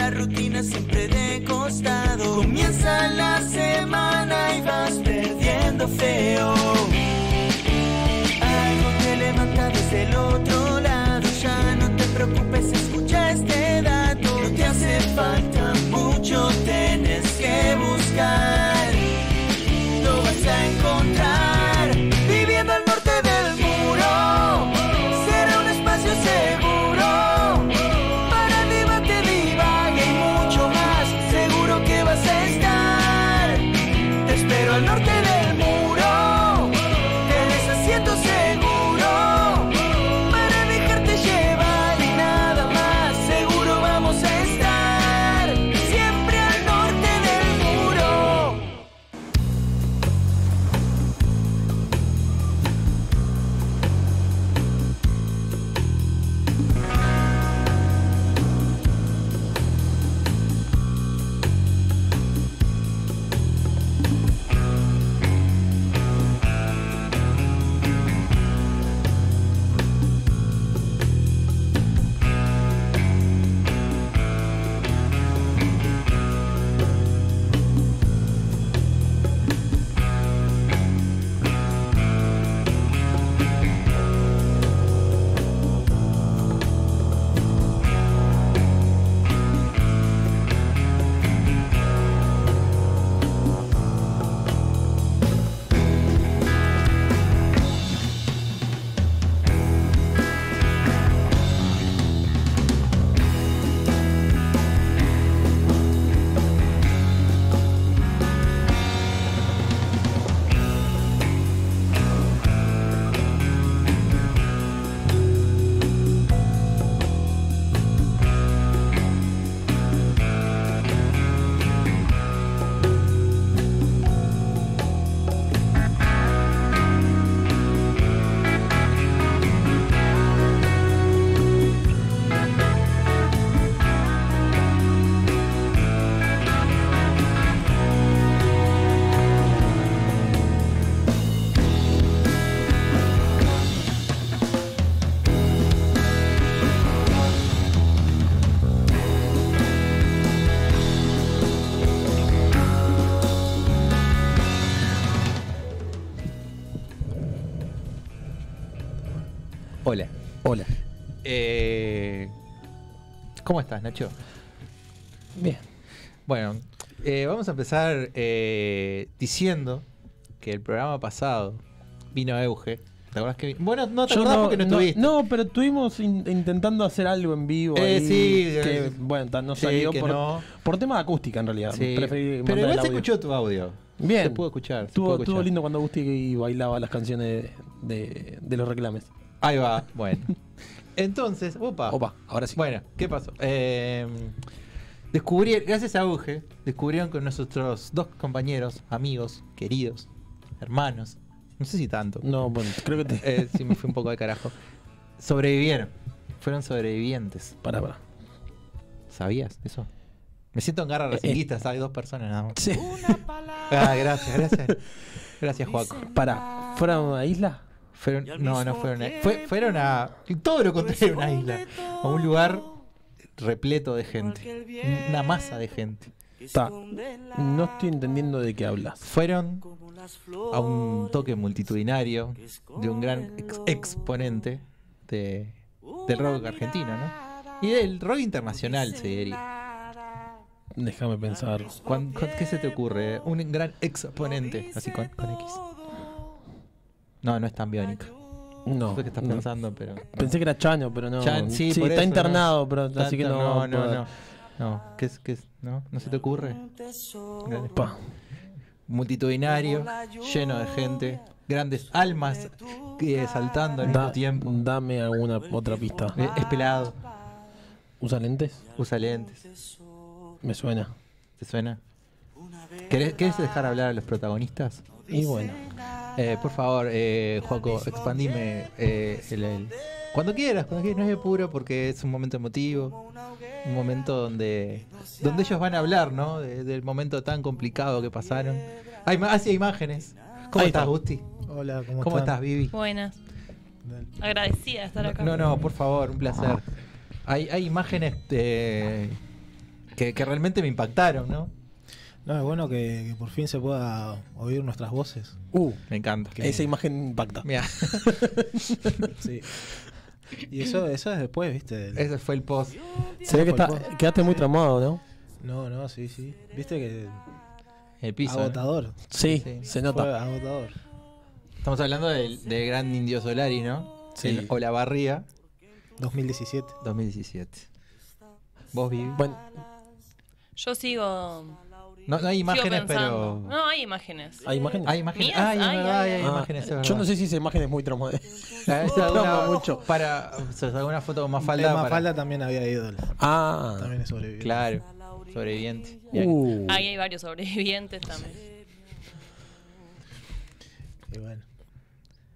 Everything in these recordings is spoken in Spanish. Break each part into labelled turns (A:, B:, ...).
A: estás siempre de costado. Comienza la semana y vas perdiendo feo. Algo te levanta desde el otro lado. Ya no te preocupes, escucha este dato. No te hace falta mucho, tienes que buscar. Lo vas a encontrar viviendo al norte del muro. Será un espacio seguro para debate, divague y mucho más. Seguro que vas a estar. Te espero al norte del muro. Tienes asiento seguro para dejarte llevar y nada más. Seguro vamos a estar siempre al norte del muro.
B: Hola.
C: Hola.
B: Eh, ¿Cómo estás, Nacho?
C: Bien.
B: Bueno, eh, vamos a empezar eh, diciendo que el programa pasado vino Euge. ¿Te acuerdas que vino? Bueno, no te acordás porque no, estuviste.
C: no, pero estuvimos in- intentando hacer algo en vivo.
B: Eh,
C: ahí,
B: sí,
C: que,
B: eh,
C: bueno, ta- no
B: sí,
C: salió
B: que
C: por,
B: no.
C: por tema de acústica en realidad.
B: Sí,
C: Preferí mandar
B: Pero igual
C: el
B: se
C: audio.
B: escuchó tu audio.
C: Bien.
B: Se pudo escuchar. se
C: Estuvo,
B: pudo
C: estuvo
B: escuchar.
C: lindo cuando Gusti bailaba las canciones de, de- de los reclames.
B: Ahí va, bueno. Entonces, opa.
C: Opa, ahora sí.
B: Bueno, ¿qué pasó? Eh, descubrí, gracias a Auge, descubrieron que nuestros dos compañeros, amigos, queridos, hermanos, no sé si tanto,
C: No, bueno, creo que te.
B: eh, sí me fui un poco de carajo, sobrevivieron, fueron sobrevivientes.
C: Pará, pará.
B: ¿Sabías eso? Me siento en garra racinguista, ¿sabes? Dos personas nada más.
C: Sí.
B: Ah, gracias, gracias. Gracias, Juaco.
C: Pará. ¿Fuera a una isla?
B: Fueron, no, no fueron a, fue- fueron a todo lo contrario, una isla, a un lugar repleto de gente, una masa de gente.
C: Ta. No estoy entendiendo de qué hablas.
B: Fueron a un toque multitudinario de un gran ex- exponente de, del rock argentino, ¿no? Y del rock internacional, se diría.
C: Déjame pensar.
B: Juan, Juan, ¿Qué se te ocurre? Un gran exponente, así con, con X. No, no es tan biónico.
C: No.
B: Eso es que estás
C: no.
B: pensando, pero...
C: Pensé que era Chano, pero no.
B: Chan, sí, por
C: está
B: eso,
C: internado,
B: no.
C: pero
B: Está
C: así que
B: inter-
C: no.
B: No, no,
C: puedo-
B: no. No, ¿qué, es- qué es? ¿No? ¿No se te ocurre?
C: Pa.
B: Multitudinario, lleno de gente, grandes almas que saltando al mismo
C: Da-
B: tiempo.
C: Dame alguna otra pista.
B: Eh, Es pelado,
C: ¿Usa lentes?
B: usa lentes.
C: Me suena.
B: ¿Te suena? ¿Querés, querés dejar hablar a los protagonistas?
C: Y bueno.
B: Eh, por favor, eh, Joaco, expandime eh, el, el- Cuando quieras, cuando quieras, no es apuro porque es un momento emotivo, un momento donde donde ellos van a hablar, ¿no? De- del momento tan complicado que pasaron. Hay, ma- ah, sí, hay imágenes. ¿Cómo
C: Ahí
B: estás,
C: está.
B: Gusti?
D: Hola, ¿cómo,
B: ¿Cómo, estás, Vivi?
E: Buenas. Agradecida de estar acá.
C: Ah.
B: No, no, por favor, un placer. Hay, hay imágenes eh, que, que realmente me impactaron, ¿no?
D: No, es bueno que, que por fin se pueda oír nuestras voces.
C: Uh,
B: Me encanta.
D: Que-
C: esa imagen impacta.
B: Mira,
D: Sí. Y eso, eso es después, ¿viste? del-
B: ese fue el post.
C: Se ve que está, quedaste muy tramado, ¿no?
D: No, no, sí, sí. ¿Viste que
B: El piso. ¿eh? ¿no?
D: agotador?
C: Sí,
B: Sí.
C: ¿eh? se
D: Fue
C: nota.
D: agotador.
B: Estamos hablando del, del gran Indio Solari, ¿no?
C: Sí.
B: El Olavarría
D: 2017.
B: 2017. Vos vi.
C: Bueno,
E: Yo sigo.
B: No, no hay
E: sigo
B: imágenes, pero. Ah, Uh.
E: pensando. No, hay imágenes.
C: ¿hay imágenes?
B: Hay imágenes.
E: ¿Mías?
B: Ay, es
E: Ay,
B: verdad,
E: ay,
B: hay
E: ay.
C: Ah,
B: imágenes. es verdad.
C: yo no sé si esa imagen es muy tramada.
B: Ah, esa es
C: Trama
B: una-
C: mucho.
B: Para. O sea, alguna foto con más
D: Falda,
B: falda. para-
D: Mafalda también había ido.
C: Ah,
D: También es sobreviviente.
B: Claro. Sobreviviente. Mirá que-
C: uh,
E: Ahí hay varios sobrevivientes también.
D: Y bueno,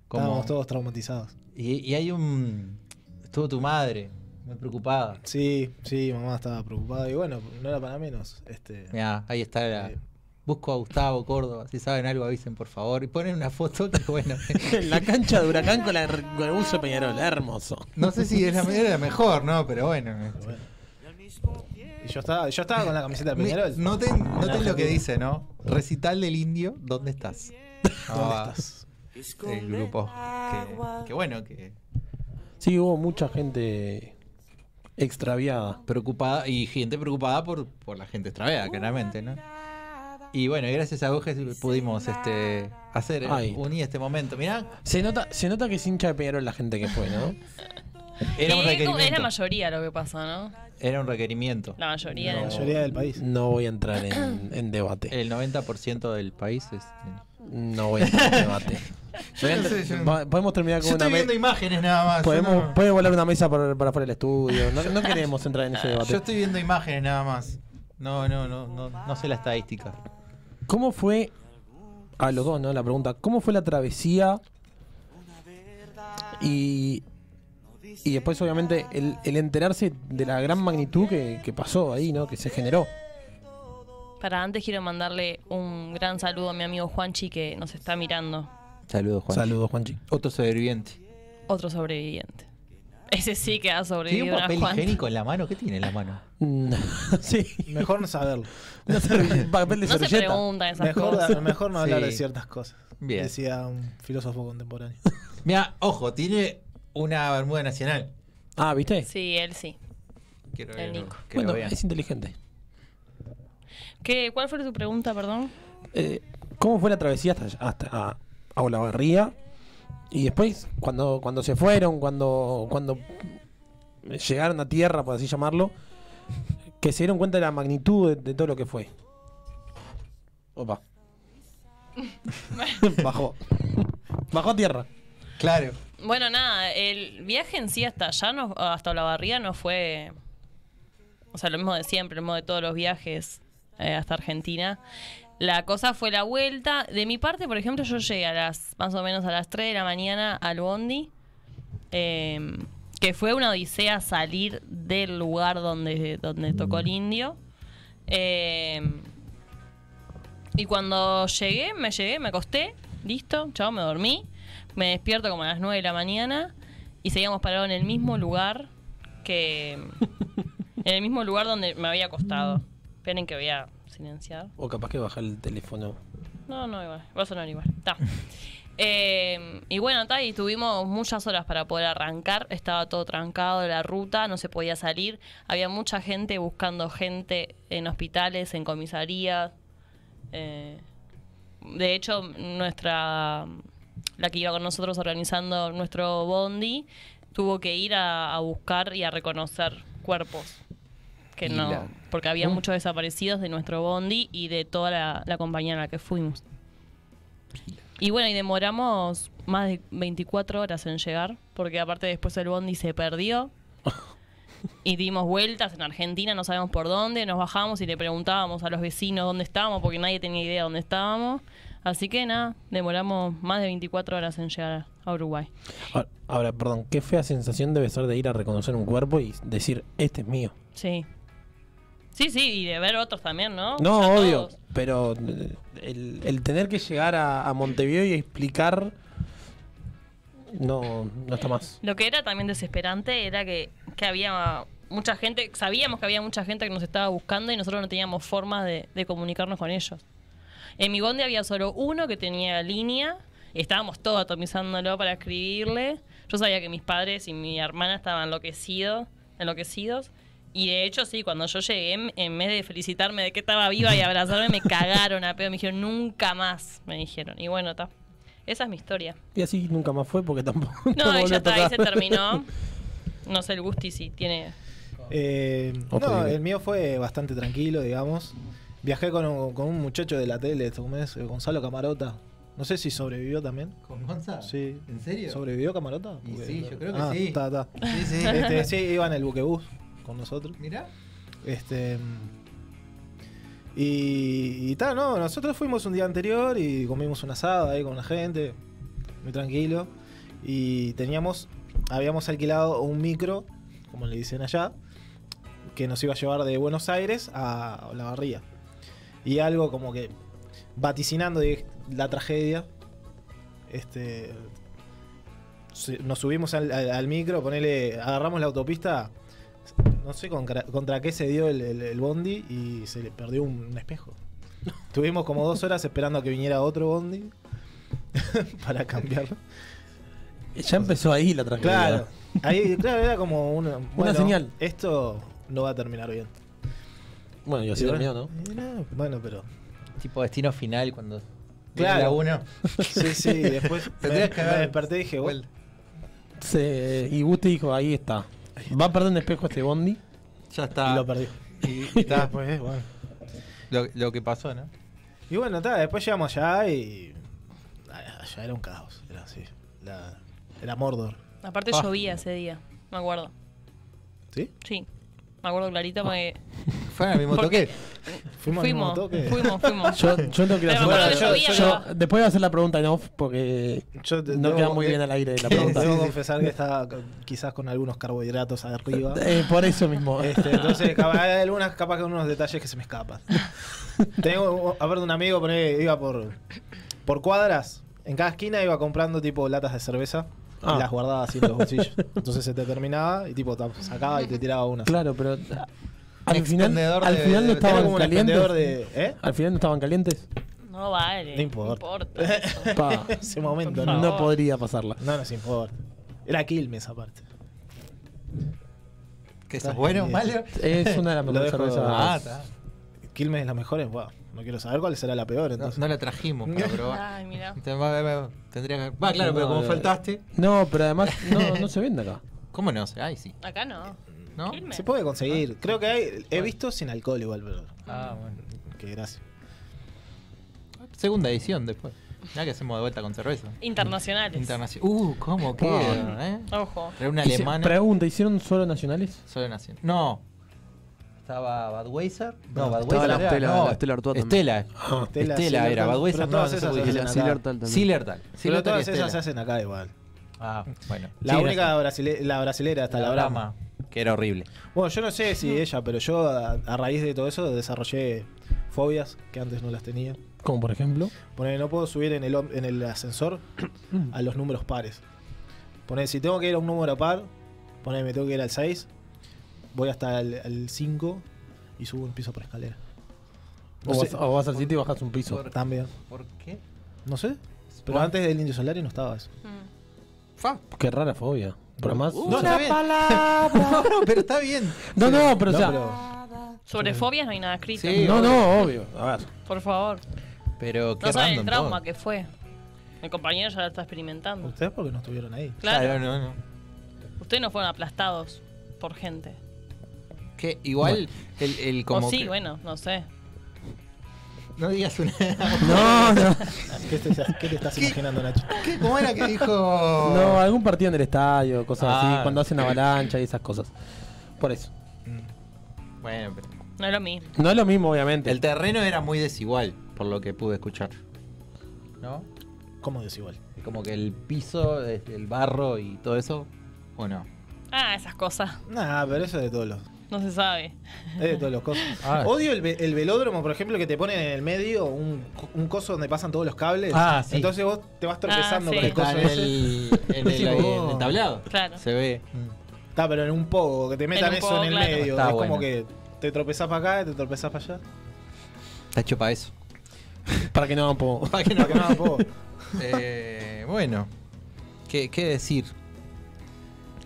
B: como-
D: estábamos todos traumatizados.
B: Y, y hay un. Estuvo tu madre, muy preocupada.
D: Sí, sí, mamá estaba preocupada. Y bueno, no era para menos. Este,
B: Mirá, ahí está la-
D: Sí.
B: Busco a Gustavo Córdoba, si saben algo avisen por favor. Y ponen una foto que bueno.
C: la cancha de Huracán con, la, con el buzo de Peñarol, hermoso.
B: No sé si es la, era la mejor, ¿no? Pero bueno. eh.
D: pero bueno. Y yo estaba, yo estaba con la camiseta de
B: Mi-
D: Peñarol.
B: Noten, noten lo que
D: Argentina.
B: dice, ¿no? Recital del indio, ¿dónde estás?
D: ¿Dónde
B: Ah,
D: estás?
B: El grupo. Que, que bueno, que
C: Sí, hubo mucha gente extraviada.
B: preocupada y gente preocupada por, por la gente extraviada, claramente, ¿no? Y bueno, y gracias a vos Jesús, pudimos este hacer
C: Ay.
B: unir este momento. Mirá,
C: Se nota, se nota que es hincha de Peñarol la gente que fue, ¿no?
B: era un
E: Y es como- es la
B: requerimiento.
E: mayoría lo que pasa, ¿no?
B: Era un requerimiento.
E: La mayoría.
D: La
E: del-
D: mayoría del país.
C: No voy a entrar en, en debate.
B: El 90% del país es.
C: No voy a entrar en debate.
B: Yo no sé, yo-
C: Va- Podemos terminar con
B: Yo
C: una
B: estoy viendo
C: mesa.
B: imágenes nada más. yo
C: Podemos,
B: no-
C: puede volar una mesa para, para afuera del estudio. No, no queremos entrar en ese debate.
B: Yo estoy viendo imágenes nada más. No, no, no, no, no sé la estadística.
C: ¿Cómo fue? A los dos, ¿no? La pregunta. ¿Cómo fue la travesía? Y. Y después, obviamente, el, el enterarse de la gran magnitud que, que pasó ahí, ¿no? Que se generó.
E: Para antes quiero mandarle un gran saludo a mi amigo Juanchi que nos está mirando.
B: Saludos,
C: Saludos, Juanchi.
B: Otro sobreviviente.
E: Otro sobreviviente. Ese sí que ha
B: ¿Tiene
E: sobrevivido
B: un
E: unas
B: papel
E: cuantas.
B: higiénico en la mano? ¿Qué tiene en la mano?
C: Mm, sí.
D: Mejor no saberlo.
C: Una servi- papel de
E: No se
C: servilleta.
E: preguntan esas cosas.
D: Mejor, mejor no hablar
B: Sí.
D: de ciertas cosas.
B: Bien.
D: Decía un filósofo contemporáneo.
B: Mira, ojo, tiene una bermuda nacional.
C: ah, ¿viste?
E: Sí, él sí.
B: Quiero
E: El
B: que lo-
E: Nico.
B: que lo
C: bueno,
B: vean.
C: es inteligente.
E: ¿Qué, ¿Cuál fue tu pregunta, perdón?
C: Eh, ¿Cómo fue la travesía hasta, allá- hasta a, a Olavarría? Y después, cuando, cuando se fueron, cuando, cuando llegaron a tierra, por así llamarlo, que se dieron cuenta de la magnitud de, de todo lo que fue. Opa. Bajó. Bajó a tierra.
B: Claro.
E: Bueno, nada, el viaje en sí hasta allá, no, hasta Olavarría, no fue. O sea, lo mismo de siempre, lo mismo de todos los viajes eh, hasta Argentina. La cosa fue la vuelta. De mi parte, por ejemplo, yo llegué a las más o menos a las 3 de la mañana al Bondi. eh, que fue una odisea salir del lugar donde, donde tocó el indio. Eh, y cuando llegué, me llegué, me acosté, listo, chao, me dormí. Me despierto como a las 9 de la mañana y seguíamos parados en el mismo lugar que. en el mismo lugar donde me había acostado. Esperen que voy a silenciar.
C: O capaz que bajar el teléfono.
E: No, no, igual. Va a sonar igual. Ta. Eh, y bueno, ta, y tuvimos muchas horas para poder arrancar. Estaba todo trancado, la ruta, no se podía salir. Había mucha gente buscando gente en hospitales, en comisarías. Eh, de hecho, nuestra. La que iba con nosotros organizando nuestro bondi tuvo que ir a, a buscar y a reconocer cuerpos. Que
B: Y
E: no.
B: la-
E: Porque había muchos desaparecidos de nuestro bondi y de toda la, la compañía en la que fuimos. Y bueno, y demoramos más de 24 horas en llegar, porque aparte después el bondi se perdió. Y dimos vueltas en Argentina, no sabemos por dónde, nos bajamos y le preguntábamos a los vecinos dónde estábamos, porque nadie tenía idea dónde estábamos. Así que nada, demoramos más de 24 horas en llegar a Uruguay.
C: Ahora, ahora, perdón, qué fea sensación debe ser de ir a reconocer un cuerpo y decir, este es mío.
E: Sí. Sí, sí, y de ver otros también, ¿no?
C: No,
E: O sea,
C: obvio,
E: todos.
C: pero eh, el, el tener que llegar a, a Montevideo y explicar no, no está más.
E: Lo que era también desesperante era que que había mucha gente, sabíamos que había mucha gente que nos estaba buscando y nosotros no teníamos forma de, de comunicarnos con ellos. En mi bondi había solo uno que tenía línea, estábamos todos atomizándolo para escribirle. Yo sabía que mis padres y mi hermana estaban enloquecidos, enloquecidos. Y de hecho, sí, cuando yo llegué, en- en vez de felicitarme de que estaba viva y abrazarme, me cagaron a pedo. Me dijeron, nunca más, me dijeron. Y bueno, está. Esa es mi historia.
C: Y así nunca más fue porque tampoco.
E: No, y
C: volvió
E: ya
C: a
E: está, ahí
C: tocar.
E: se terminó. No sé el Gusti si tiene.
B: Oh.
D: Eh,
C: Otro
D: no,
C: nivel.
D: el mío fue bastante tranquilo, digamos. Viajé con un, con un muchacho de la tele, ¿cómo es? Eh, Gonzalo Camarota. No sé si sobrevivió también.
B: ¿Con Gonza?
D: Sí.
B: ¿En serio?
D: ¿Sobrevivió Camarota?
B: Y
D: Porque-
B: sí, yo creo que
D: Ah,
B: sí.
D: está, está.
B: Sí, sí.
D: Este, sí, iba en el buquebús con nosotros.
B: Mirá.
D: Este. Y, y tal, no, nosotros fuimos un día anterior y comimos un asado ahí con la gente, muy tranquilo. Y teníamos, habíamos alquilado un micro, como le dicen allá, que nos iba a llevar de Buenos Aires a La Barría. Y algo como que vaticinando dije, la tragedia, este, se- nos subimos al, al- al micro, ponele, agarramos la autopista, no sé contra, contra qué se dio el, el- el bondi y se le perdió un, un espejo. Estuvimos como dos horas esperando a que viniera otro bondi para cambiarlo.
C: Ya empezó ahí la tragedia.
D: Claro, ahí claro, era como una, bueno,
C: señal.
D: Esto no va a terminar bien.
C: Bueno, y así
D: Y
C: terminó, ¿no?
D: bueno, y nada, Bueno, pero.
B: Tipo destino final cuando.
D: Claro.
B: Era uno.
D: Sí, sí, y después me,
B: Tendrías que
D: me
B: haber-
D: desperté y dije, bueno,
B: Vuelta.
C: Se- y Gusti dijo, ahí está. Va a perder un espejo este bondi.
B: Ya
D: y
B: está.
D: lo perdí.
B: Y- y
D: Y
B: está, pues,
D: después, Ah, pues bueno.
B: lo, lo que pasó, ¿no?
D: Y bueno, ta, después llegamos allá y. Allá era un caos, era así. La, era Mordor.
E: Aparte,
B: Ah.
E: llovía ese día, me acuerdo.
D: ¿Sí?
E: Sí, me acuerdo clarito porque.
B: Ah. Fueron al mismo
E: Porque-
B: toque.
D: Fuimos al mismo
E: Fuimos,
D: toque.
E: fuimos, fuimos.
C: Yo, yo no quiero
E: Pero
C: hacer
E: me
D: acuerdo
C: la-
D: que llovía,
C: yo-
E: pero-
C: Después voy a hacer la pregunta en off porque
D: Yo te-
C: no
D: debo-
C: queda muy
D: de-
C: bien al aire la
D: debo-
C: pregunta.
D: Debo confesar que estaba co- quizás con algunos carbohidratos arriba.
C: Eh, por eso mismo.
D: Este, entonces, capaz, hay algunas capaz que unos detalles que se me escapan. Tengo, a ver, de un amigo poné, iba por, por cuadras. En cada esquina iba comprando tipo latas de cerveza
C: Ah.
D: y las guardaba así en los bolsillos. Entonces se te terminaba y tipo ta- sacaba y te tiraba una.
C: Claro, pero al final,
B: Expendedor
C: al
B: de-
C: final no
B: era
D: Era
C: estaban
D: como un
C: calientes.
D: expendedor de. ¿Eh?
C: Al final no estaban calientes.
E: No vale.
D: No importa.
E: eso.
C: Pa,
D: Ese momento,
E: Por
D: ¿no?
E: favor.
D: No,
C: no podría pasarla.
D: nos importa. Era Quilmes aparte.
B: Que sos bueno o
D: Sí.
B: malo.
C: Es una de las
D: Lo
C: mejores
D: dejo-
C: cervezas.
B: Ah, está.
D: Quilmes es la mejor, es- wow, no quiero saber cuál será la peor
B: No,
D: entonces.
B: no la trajimos para probar.
E: Ay, mira.
B: Te- va- va- Tendría que. Va, claro, pero como
C: No,
B: faltaste.
C: No, pero además no, no se vende acá.
B: ¿Cómo no? Ay, sí.
E: Acá no.
B: ¿No?
E: Quilmes.
D: Se puede conseguir. Creo que hay. He visto sin alcohol igual, pero.
B: Ah, bueno.
D: Qué gracia.
B: Segunda edición después. Ya que hacemos de vuelta con cerveza.
E: Internacionales.
B: Internacional. Uh, ¿cómo
D: Ah.
B: queda, eh?
E: Ojo.
B: Era una
C: Hice-
B: alemana.
C: Pregunta, ¿hicieron solo nacionales?
B: Solo nación. No. Estaba Budweiser. No,
D: No,
B: Budweiser.
F: la
B: era-
F: Estela-
B: no,
F: la Estela Artois también.
B: Estela.
D: Estela,
B: Estela
D: Sillertal,
B: era Budweiser.
D: pero
B: No, no
D: todas
B: se
D: esas
B: puede
F: Y
D: hacen
B: decir.
F: la
D: acá.
F: Sillertal también.
B: Silertal.
D: Pero
B: Silertal y
D: todas esas se
B: Estela.
D: hacen acá igual.
B: Ah, bueno.
D: La
B: Sí,
D: única brasile- la brasilera hasta la Brahma.
B: Que era horrible.
D: Bueno, yo no sé si ella, pero yo a, a raíz de todo eso desarrollé fobias que antes no las tenía.
C: Como por ejemplo.
D: Poner, no puedo subir en el, om- en el ascensor a los números pares. Poner, si tengo que ir a un número par, poner, me tengo que ir al 6, voy hasta el, al 5 y subo un piso por escalera. No
C: O
D: sé,
C: vas, o vas al sitio y bajas un piso.
B: Por-
D: también.
B: ¿Por qué?
D: No sé. Pero
C: Ah.
B: Bueno.
D: antes del Indio Solari no estaba eso.
E: Mm.
B: Fa.
C: Qué rara fobia. Pero además.
B: Uh, No, está bien. no, no, pero está bien.
C: no, no, pero o
D: No,
C: sea.
D: pero-
E: Sobre fobias no hay nada escrito.
B: Sí.
C: No, no, obvio. A ver.
E: Por favor.
B: Pero qué
E: No saben
B: random
E: el trauma
B: todo.
E: que fue. Mi compañero ya lo está experimentando.
D: ¿Ustedes por qué no estuvieron ahí?
E: Claro.
B: Claro, no, no.
E: Ustedes no fueron aplastados por gente.
B: Que igual el, el como
E: o Oh, sí,
B: que-
E: bueno, no sé.
B: no digas una
C: No, no.
D: Ah, ¿Qué te, qué te estás imaginando, Nacho?
B: ¿Qué? ¿Cómo era que dijo?
F: ah.
C: No, algún partido en el estadio, cosas
B: Ah.
C: así, cuando hacen avalancha y esas cosas. Por eso.
B: Bueno, pero
E: No es lo mismo.
C: No es lo mismo, obviamente.
B: el terreno era muy desigual, por lo que pude escuchar. ¿No?
D: ¿Cómo desigual?
B: Como que el piso, este, el barro y todo eso, ¿o no?
E: Ah, esas cosas.
D: Nah, pero eso es de todos los,
E: No se sabe.
D: es de todos los cosas.
B: Ah.
D: Odio el, ve- el velódromo, por ejemplo, que te ponen en el medio un, co- un coso donde pasan todos los cables.
B: Ah, sí.
D: Entonces vos te vas tropezando
E: Ah, sí.
D: con el coso
B: Está en
D: ese.
B: el, en el,
D: Sí,
B: en
D: vos.
B: el tablado.
E: Claro.
B: Se ve.
D: Está, Mm. pero en un poco, que te metan
E: un
D: eso
E: pogo,
D: en el
E: claro.
D: medio.
B: Está
D: es
B: bueno.
D: como que te tropezás para acá, te tropezás para allá.
B: Está hecho para eso.
C: Para que no hagan poco.
B: Para que no-
D: Para que no hagan pogo.
B: Eh, bueno, ¿qué, qué decir?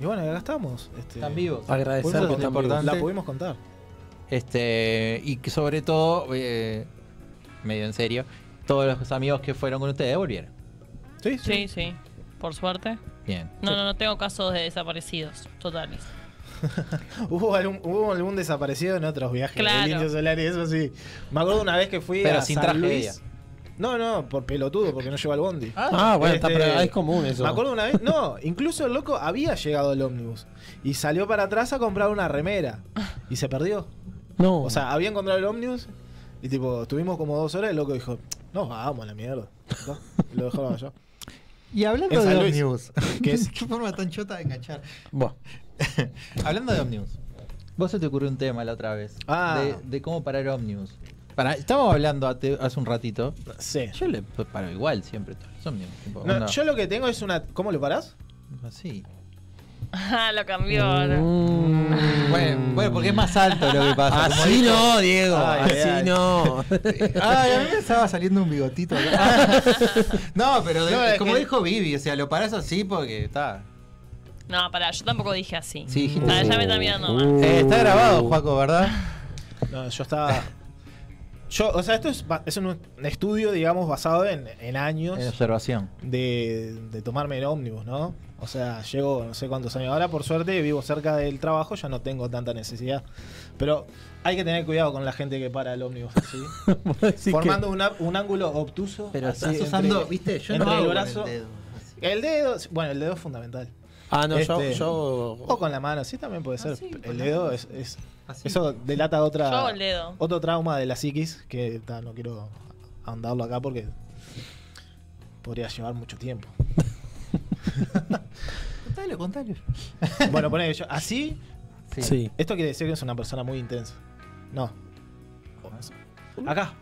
D: Y bueno, y acá estamos. Este,
B: Están vivos.
D: por
C: Agradecer
D: eso
C: que
D: la-
C: están vivos.
B: importante.
D: La pudimos contar.
B: Este, y que sobre todo, eh, medio en serio, todos los amigos que fueron con ustedes volvieron.
D: Sí, sí.
E: Sí, sí. Por suerte.
B: Bien.
E: No, no, no tengo casos de desaparecidos totales.
D: Hubo, algún, hubo algún desaparecido en otros viajes.
E: Claro.
D: El Indio Solari, eso sí. Me acuerdo una vez que fui
B: Pero
D: a
B: sin
D: San
B: tragedia.
D: Luis. No, no, por pelotudo, porque no llegó al bondi.
C: Ah, bueno, está,
D: Este,
C: pero es común eso.
D: Me acuerdo una vez, no, incluso el loco había llegado el ómnibus y salió para atrás a comprar una remera y se perdió.
C: No.
D: O sea, había encontrado el ómnibus y tipo, estuvimos como dos horas y el loco dijo, no, vamos a la mierda. ¿no? Y Lo dejaron allá.
B: Y hablando
D: En
B: de
D: San Luis.
B: ómnibus,
D: ¿Qué es?
B: qué forma tan chota de enganchar.
C: Buah.
B: Hablando de ómnibus, vos se te ocurrió un tema la otra vez.
D: Ah.
B: De, de cómo parar ómnibus. Para, estábamos hablando ate- hace un ratito.
D: Sí.
B: Yo le paro igual siempre todos los ómnibus. tipo,
D: No,
B: onda,
D: Yo lo que tengo es una... ¿Cómo lo parás?
B: Así.
E: Ah, lo cambió ahora.
C: Mm.
B: Bueno, bueno, porque es más alto lo que pasa. como
C: Así
B: dijo-
C: no, Diego.
D: Ay,
C: así
D: ay.
C: Ah, no.
B: Ay, a mí me estaba saliendo un bigotito acá. No, pero de-
D: No, es
B: como
D: que-
B: dijo Vivi, o sea, lo parás así porque está.
E: No, pará, yo tampoco dije así.
B: Sí, dijiste
E: Ah,
B: así.
E: ya me está mirando mal.
C: Uh.
B: Eh, está grabado, Juaco, ¿verdad?
D: No, yo estaba... Yo, o sea, esto es, ba- es un estudio, digamos, basado en, en años.
B: En observación.
D: de, de tomarme el ómnibus, ¿no? O sea, llego no sé cuántos años. Ahora, por suerte, vivo cerca del trabajo, ya no tengo tanta necesidad. Pero hay que tener cuidado con la gente que para el ómnibus, ¿sí?
C: Así que-
D: Formando una- un ángulo obtuso.
B: Pero
D: así,
B: estás
D: entre-
B: usando, viste, yo no
D: entre
B: hago
D: el
B: con
D: brazo.
B: el dedo.
D: El dedo, bueno, el dedo es fundamental.
C: Ah, no, yo-
D: Este-
C: yo.
D: O con la mano, sí, también puede ser.
B: Así, Ah, con
D: el
B: la
D: dedo
B: mano.
D: es, es-
B: Oh. Así.
D: Eso delata otra.
E: Yo hago el dedo.
D: Otro trauma de la psiquis, que ta, no quiero ahondarlo acá porque podría llevar mucho tiempo.
B: Contalo, contalo.
D: Bueno, poner yo así
B: Sí.
C: Sí.
D: Esto quiere decir que es una persona muy intensa. No. Acá.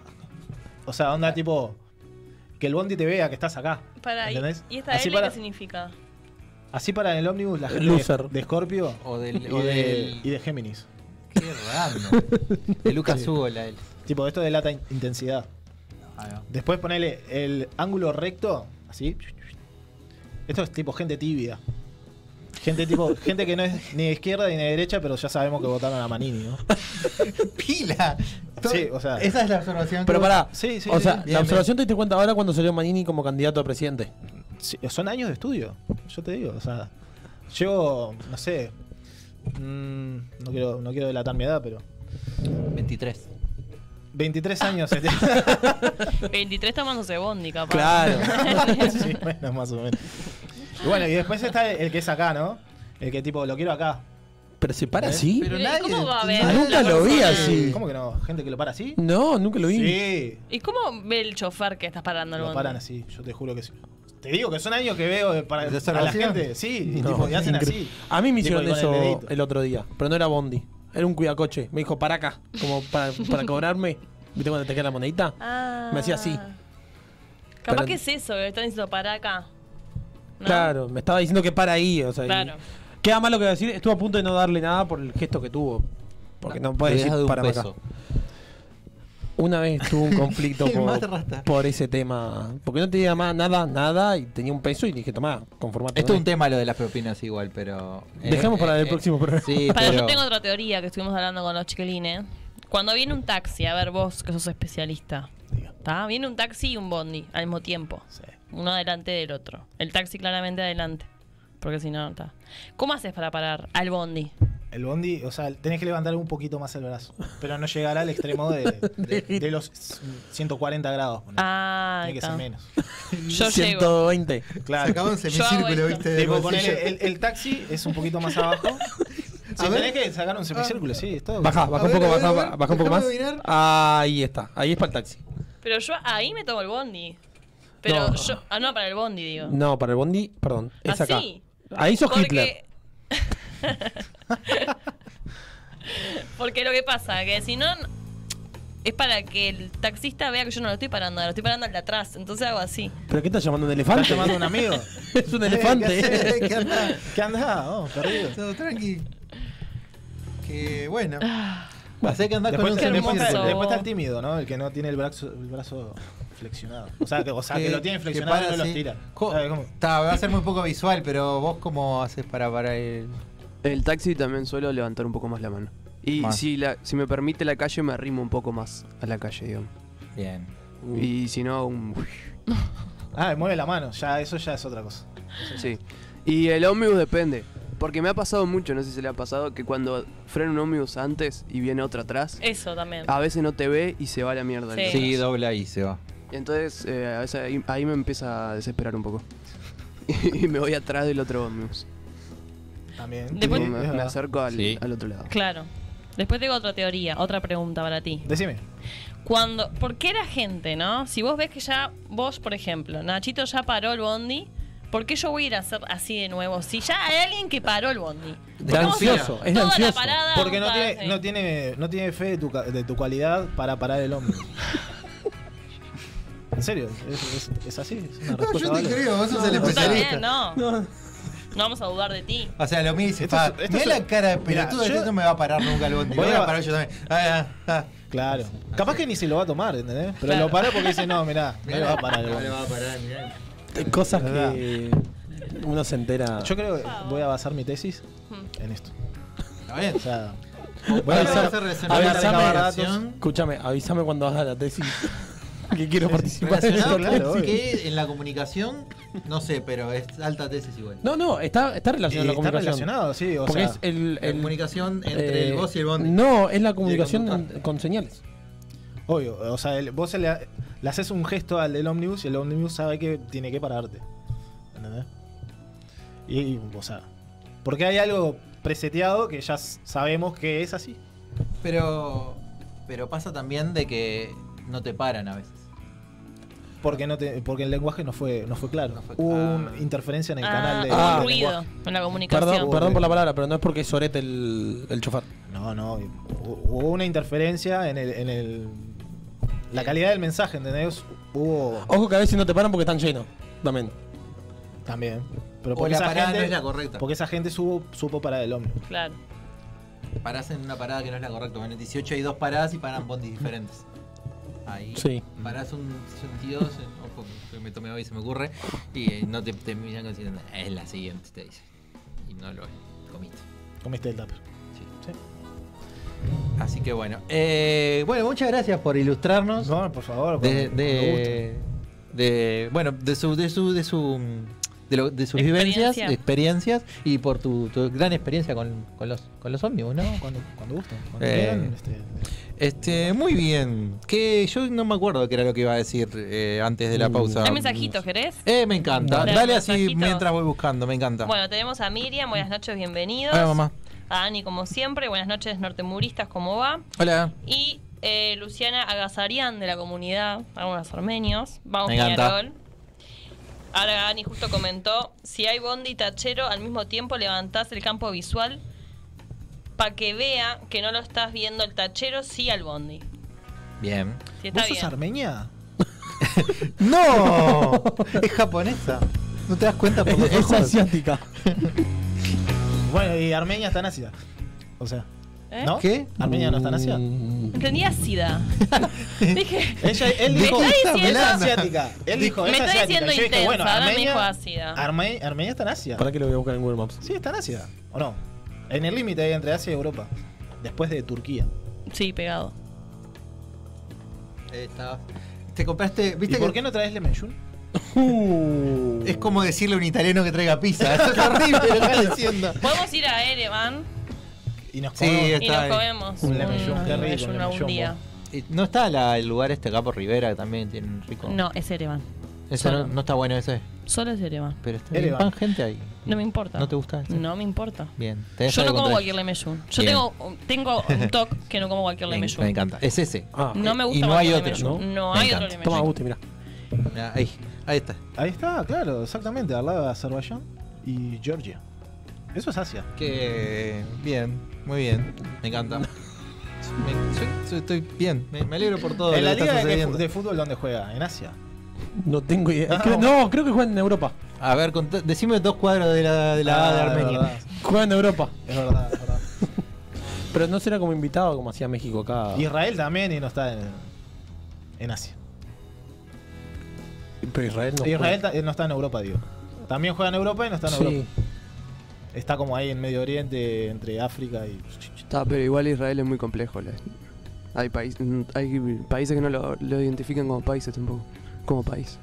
D: O sea, onda tipo. Que el bondi te vea que estás acá.
E: Pará, ¿y,
D: ¿Entendés?
E: y esta
D: así,
E: L
D: para,
E: qué significa?
D: así para en el ómnibus la gente
C: Loser.
D: de- de Scorpio
B: O
D: y,
B: del. O
D: de,
B: del
D: y de Géminis.
B: Qué random. De Lucas Hugo, la del.
D: Tipo, esto delata in- intensidad.
B: Ah, no.
D: Después ponele el ángulo recto, así. Esto es tipo gente tibia. Gente tipo, gente que no es ni de izquierda ni de derecha, pero ya sabemos que votaron a Manini, ¿no?
B: ¡Pila! To-
D: Sí, o sea.
B: Esa es la observación. que
C: Pero
B: vos-
C: pará.
D: Sí, sí,
C: o
D: sí,
C: sea,
D: sí.
C: la
B: Bien,
C: observación te diste cuenta ahora cuando salió Manini como candidato a presidente.
D: Sí, son años de estudio, yo te digo, o sea, llevo, no sé, mm, no, quiero, no quiero delatar mi edad, pero
B: 23.
D: 23 años. este-
E: 23 tomándose bondi, capaz.
D: sí, bueno, más o menos. Y bueno, y después está el, el que es acá, ¿no? El que tipo, lo quiero acá.
C: Pero se
D: Eh,
C: para así.
E: ¿Y ¿Cómo va a ver?
C: Ah, nunca
E: Eh, la
C: lo vi
E: persona?
C: así. Sí.
D: ¿Cómo que no? ¿Gente que lo para así?
C: No, nunca lo vi.
D: Sí,
E: ¿Y cómo ve el chofer que estás parando el
D: lo
E: bondi?
D: paran así, yo te juro que sí. Te digo que son años que veo de- para
B: ¿De
D: a la
B: observación?
D: gente, sí, y
C: No,
D: tipo, y hacen así.
C: A mí me
D: Tipo,
C: hicieron
D: y con el
C: eso el,
D: dedito.
C: otro día, pero no era Bondi. Era un cuidacoche. Me dijo, para acá, como para, para cobrarme. ¿Viste cuando te queda la monedita?
E: Ah.
C: Me hacía así.
E: Capaz
C: Pero-
E: que es eso, que están diciendo para acá. ¿No?
C: Claro, me estaba diciendo que para ahí. O sea, y-
E: Claro.
C: Queda mal lo que voy a decir. Estuve a punto de no darle nada por el gesto que tuvo. Porque no, puede
B: Te
C: decir
B: deja de un
C: para acá.
B: peso.
C: Una vez tuve un conflicto
B: El más
C: por,
B: rata.
C: por ese tema. Porque no tenía más nada, nada, y tenía un peso y dije, tomá, conformate.
B: Esto
C: con
B: es un tema lo de las propinas igual, pero... eh,
C: Dejamos para el próximo programa.
B: Sí,
E: Para,
B: pero...
E: yo tengo otra teoría que estuvimos hablando con los chiquilines. Cuando viene un taxi, a ver vos que sos especialista, ¿está? Viene un taxi y un bondi al mismo tiempo.
D: Sí.
E: Uno adelante del otro. El taxi claramente adelante. Porque si no, no está. ¿Cómo haces para parar al bondi?
D: El bondi, o sea, tenés que levantar un poquito más el brazo, pero no llegará al extremo de, de- de los 140 grados. ponele.
E: Ah,
D: Tiene que
E: está.
D: ser menos.
E: Yo llego.
C: 120.
D: Claro.
B: un
E: semicírculo, ¿viste?
D: Tipo, ponele, el, el taxi es un poquito más abajo. Si
B: A ver.
D: tenés que sacar un semicírculo, sí, es todo.
C: Baja, baja
B: A
C: un
B: ver,
C: poco,
B: a ver,
C: baja,
B: a ver,
C: baja un poco más.
B: déjame mirar.
C: Ahí está, ahí es para el taxi.
E: Pero yo ahí me tomo el bondi. Pero
C: No.
E: yo. Ah, no, para el bondi, digo.
C: No, para el Bondi, perdón, es acá.
E: Así.
C: Ahí sos
E: Porque-
C: Hitler.
E: Porque lo que pasa que si no es para que el taxista vea que yo no lo estoy parando, lo estoy parando al de atrás. Entonces hago así.
C: ¿Pero qué estás llamando un
D: ¿Estás
C: elefante?
D: llamando a un amigo?
C: es un
D: Eh, ¿Qué,
C: elefante.
D: haces? ¿Qué andás? ¿Qué andás? Vamos, perdido.
B: eh, Todo tranqui. Que bueno.
E: Ah.
B: Así que andás con
D: Después,
B: un
E: qué
D: después
E: hermoso.
D: está,
B: semicírculo.
D: después está el tímido, ¿no? El que no tiene el brazo, el brazo flexionado. O sea, que, o sea, que lo tiene flexionado y no
B: sí.
D: lo tira. Ah,
B: Jo-
D: ¿Sabes cómo?
B: Está, va a ser muy poco visual, pero vos cómo haces para para el.
F: El taxi también suelo levantar un poco más la mano. Y
B: Más.
F: si, la, si me permite la calle, me arrimo un poco más a la calle, digamos.
B: Bien.
F: Y si no, un...
D: Ah, mueve la mano. Ya, eso ya es otra cosa.
F: Sí. Y el ómnibus depende. Porque me ha pasado mucho, no sé si le ha pasado, que cuando frena un ómnibus antes y viene otro atrás,
E: Eso también.
C: Ah.
F: a veces no te ve y se va a la mierda. el
E: Sí.
F: otro
B: Sí,
F: atrás.
B: dobla y se va.
F: Y entonces, eh, a veces ahí, ahí me empieza a desesperar un poco. y me voy atrás del otro ómnibus.
D: También.
E: Después-
D: Sí,
F: me,
D: es
F: me
D: verdad.
F: acerco al,
B: Sí.
F: al otro lado.
E: Claro. Después tengo otra teoría, otra pregunta para ti.
D: Decime.
E: Cuando, ¿Por qué la gente, no? Si vos ves que ya, vos, por ejemplo, Nachito ya paró el bondi, ¿por qué yo voy a ir a hacer así de nuevo? Si ya hay alguien que paró el bondi.
C: Está
E: Vamos a hacer
C: ansioso, es
E: toda
C: ansioso.
E: La parada,
D: Porque no
E: vamos a
D: tiene,
E: hacer-
D: no tiene, no tiene fe de tu, ca- de tu cualidad para parar el hombre. En serio, es, es- es así. Es una respuesta válida.
B: vos sos el
E: Tú también, no. no. vamos a dudar de ti.
B: O sea, lo mira y dice,
D: Esto
B: "Pa,
D: es- esto
B: mirá
D: es-
B: la cara de
D: Mirá,
B: pelotudo,
D: yo-
B: yo no me va a parar nunca el bondi.
D: Voy
B: Voy
D: a-
B: a parar yo también. Ah, ah, ah.
D: Claro. Capaz que ni se lo va a tomar, ¿entendés? Pero
E: Claro.
D: lo paró porque dice, no, mirá, no le va a parar el bondi.
B: va a parar, mirá.
C: Cosas
D: Verdad.
C: que uno se entera.
D: Yo creo que voy a basar mi tesis
C: Hmm.
D: en esto.
B: Está bien.
D: O sea,
C: Voy a avisar-
B: hacer reserva de
C: avisame,
B: navegación.
C: escúchame, avísame cuando hagas la tesis que quiero participar en
B: Relacionado
C: esta
D: claro,
B: con
C: tesis.
D: obvio.
B: que en la comunicación, no sé, pero es alta tesis igual.
C: No, no, está, está
D: y
C: relacionado
D: está
C: la comunicación.
D: relacionado, sí. O
C: porque
D: sea,
C: es el,
B: la
C: el-
B: comunicación entre
C: eh,
B: el vos y el bondi.
C: No, es la comunicación
B: conductor.
C: en- con señales.
D: obvio. O sea, el- vos se le, le haces un gesto al del ómnibus y el ómnibus sabe que tiene que pararte. ¿Entendés? Y, y, o sea, porque hay algo preseteado que ya s- sabemos que es así.
B: Pero, pero pasa también de que no te paran a veces.
D: Porque no te, porque el lenguaje no fue, no fue claro.
B: No fue-
D: Hubo
B: ah.
D: una interferencia en el
E: Ah,
D: canal de,
E: ah,
D: de
E: ruido
D: lenguaje.
E: en la comunicación.
C: Perdón, perdón por la palabra, pero no es porque es sorete el, el chofer.
D: No, no. Hubo una interferencia en el, en el la calidad del mensaje, ¿entendés? Hubo
B: Oh.
C: Ojo que a veces no te paran porque están llenos. También.
D: también. Pero
B: O
D: porque
B: la
D: esa
B: parada
D: gente,
B: no es la correcta.
D: Porque esa gente subo- supo parar el ómnibus.
E: Claro.
B: Parás en una parada que no es la correcta. En el 18 hay dos paradas y paran bondis diferentes. Ahí
C: Sí.
B: parás un 62, en- ojo, que me tomé hoy se me ocurre, y eh, no te terminan considerando. Es la siguiente, te dice. Y no lo es. Comiste.
D: Comiste el tupper.
B: Sí. Así que bueno. Eh, bueno, muchas gracias por ilustrarnos.
D: No, por favor. con-
B: de,
D: con gusto.
B: de, de- bueno de su de su de su de, lo- de sus
E: Experiencia.
B: vivencias experiencias y por tu, tu gran experiencia con, con los con los ómnibus no
D: No, cuando, cuando gusten. Cuando
B: Eh.
D: quieran, este,
B: este muy bien que yo no me acuerdo qué era lo que iba a decir eh, antes de la
C: Uh.
B: pausa
E: ¿Hay mensajitos, querés?
B: eh, me encanta
E: Dale,
B: dale así
E: mensajitos.
B: mientras voy buscando me encanta
E: Bueno, tenemos a Miriam, buenas noches, bienvenidos.
B: hola mamá
E: A Ani, como siempre, buenas noches, nortemuristas, ¿cómo va?
B: hola
E: Y eh, Luciana Agazarian de la comunidad, algunos armenios. Vamos
B: Me encanta.
E: Peñarol. Ahora Ani justo comentó, si hay bondi y tachero, al mismo tiempo levantás el campo visual para que vea que no lo estás viendo el tachero, sí al bondi.
B: bien
E: Sí, está
D: ¿Vos sos
E: bien.
D: armenia?
B: no es japonesa no te das cuenta por los
C: Es
B: ojos?
C: asiática.
D: Bueno, y Armenia está en Asia. O sea,
E: ¿Eh?
D: ¿no?
B: ¿Qué?
D: Armenia no está en Asia.
C: Mm.
E: Entendía sida. Dije,
D: Ella, él
E: Me
D: dijo,
E: está
D: "Es
E: diciendo-
D: asiática. Él dijo,
E: me
D: "Es
E: está
D: asiática".
E: diciendo
D: Y yo dije,
E: intensa,
D: bueno,
E: ahora me
D: Armenia-
E: dijo ácida.
D: Arme- Armenia está en Asia.
C: ¿Para qué lo voy a buscar en Google Maps?
D: Sí, está en Asia. ¿O no? En el límite ahí entre Asia y Europa. Después de Turquía.
E: sí, pegado.
B: Eh, estaba- te compraste
D: ¿Y
B: viste
D: por
B: que-
D: qué no traes Lemenyun?
B: Es como decirle a un italiano que traiga pizza. Eso es horrible lo que estás diciendo.
E: Podemos ir a Erevan
D: Y nos
B: Sí,
D: comemos.
B: Está
E: y nos
B: ahí.
E: comemos
D: Un lamellón, qué rico,
E: lamellón
D: un
E: algún
D: lamellón,
E: día.
B: Eh, No está la- el lugar este acá por Rivera que también tiene un rico.
E: No, es Erevan.
B: Ese no,
E: solo.
B: no está bueno ese.
E: Solo es Erevan.
B: Pero está
D: Erevan.
B: bien, van gente ahí.
E: No me importa.
B: ¿No te gusta ese?
E: No me importa.
B: Bien. tenés
E: Yo no
B: algo
E: como
B: contra-
E: cualquier lemellón. Yo
B: Bien.
E: tengo, tengo un toque que no como cualquier
B: Me,
E: lemellón.
B: me encanta. Es ese.
C: Ah,
E: No me gusta
B: Y no hay
E: cualquier
B: otro,
E: lemellón.
B: ¿no?
E: No
B: Me
E: hay otro
B: encanta.
E: lemellón.
C: toma Gusti, mira.
B: Ah, Ahí, ahí está.
D: Ahí está, claro, exactamente, al lado de Azerbaiyán y Georgia. Eso es Asia.
B: Que bien, muy bien. Me encanta. Me- soy- estoy- estoy bien. Me, me alegro por todo.
D: En la
B: lo que está
D: liga de,
B: sucediendo.
D: de fútbol, ¿dónde juega? ¿En Asia?
C: No tengo
B: Ah,
C: idea. Creo- no, creo que juegan en Europa.
B: A ver, contá- decime dos cuadros de la, de la A de
D: Ah,
B: Armenia.
D: verdad,
C: Juegan en Europa.
D: Es verdad, es verdad.
C: Pero no será como invitado como hacía México acá.
D: Israel también y no está en, en Asia.
C: Pero Israel no.
D: Israel ta- eh, no está en Europa, digo. También juega en Europa y no está en
C: juega. Sí.
D: Europa. Está como ahí en Medio Oriente, entre África y.
F: Está, pero igual Israel es muy complejo. la- Hay, país- mm, hay países que no lo, lo identifican como países tampoco. Como país.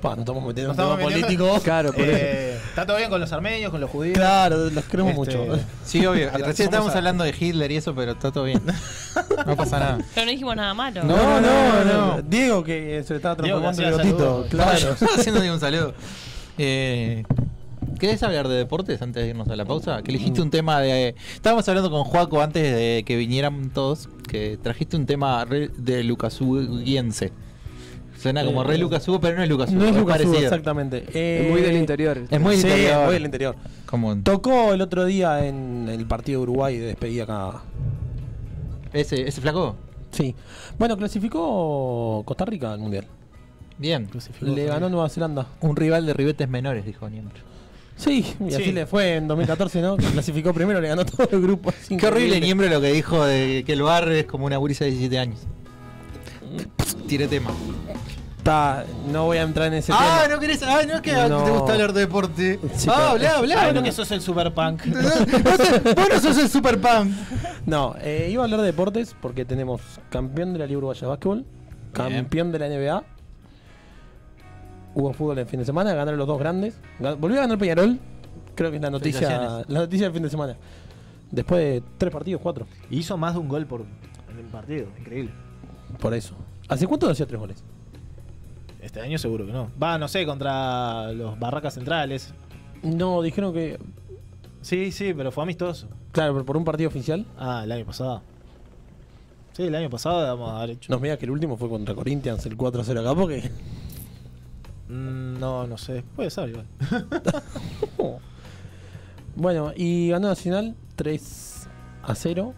C: Pa, no estamos
D: No
C: metiendo en tema
D: estamos metiendo-
C: político.
F: Claro, por eso.
D: Eh, está todo bien con los armenios, con los judíos.
C: Claro, los queremos
D: Este,
C: mucho.
B: Sí, obvio.
D: Habla-
B: Recién estábamos
D: somos a-
B: hablando de Hitler y eso, pero está todo bien. No pasa nada.
E: Pero no dijimos nada malo.
B: No, no, no.
C: Diego que se estaba
D: Diego que
C: transformando
D: hacía
C: en gotito.
D: saludos.
C: Claro.
B: Haciendo un saludo. Eh, ¿Querés hablar de deportes antes de irnos a la pausa? Que elegiste un tema de. estábamos hablando con Juaco antes de que vinieran todos, que trajiste un tema re- de Lucasuguiense. Suena como re Lucasugo, pero Eh, no es Lucasugo.
C: No es Lucas Hugo,
B: parecido.
C: exactamente. Eh,
F: es muy del interior.
G: eh,
B: Es muy
C: sí,
B: interior.
C: muy del interior.
B: Como
C: Tocó el otro día en el partido de Uruguay de despedida acá.
B: ese, ese flaco.
C: Sí. Bueno, clasificó Costa Rica al Mundial.
B: Bien.
C: Le ganó Nueva Zelanda.
B: Un rival de ribetes menores, dijo Niembro.
C: Sí, y así
D: Sí.
C: le fue en 2014, ¿no? Clasificó primero, le ganó todo el grupo. Es
B: Qué horrible
C: increíble.
B: Niembro lo que dijo de que el bar es como una gurisa de 17 años. Tire tema.
C: Ta, no voy a entrar en ese
B: ah,
C: tema.
B: no querés. Ah, no, que
C: No.
B: te gusta hablar de deporte.
C: Sí,
B: ah,
C: pero-
B: habla, habla.
D: Ay, no,
B: no.
D: que sos el super punk.
B: Vos sos- vos no sos el super punk.
C: No, eh, iba a hablar de deportes porque tenemos campeón de la Liga Uruguaya de Básquetbol, campeón de la NBA. Hubo fútbol el fin de semana, ganaron los dos grandes. Gan- Volvió a ganar Peñarol, creo que es la noticia,
B: Felicitaciones.
C: la noticia del fin de semana. Después de tres partidos, cuatro,
D: Hizo más de un gol por en el partido, increíble.
C: por eso. ¿Hace cuánto no hacía tres goles?
D: Este año seguro que no. Va, no sé, contra los Barracas Centrales.
C: No, dijeron que.
D: Sí, sí, pero fue amistoso.
C: Claro, pero por un partido oficial.
D: Ah, el año pasado. Sí, el año pasado vamos a haber hecho.
C: Nos mira que el último fue contra Corinthians, el 4-0 acá, porque.
D: Mm, No, no sé. Puede ser igual.
C: Bueno, y ganó Nacional 3 a 0.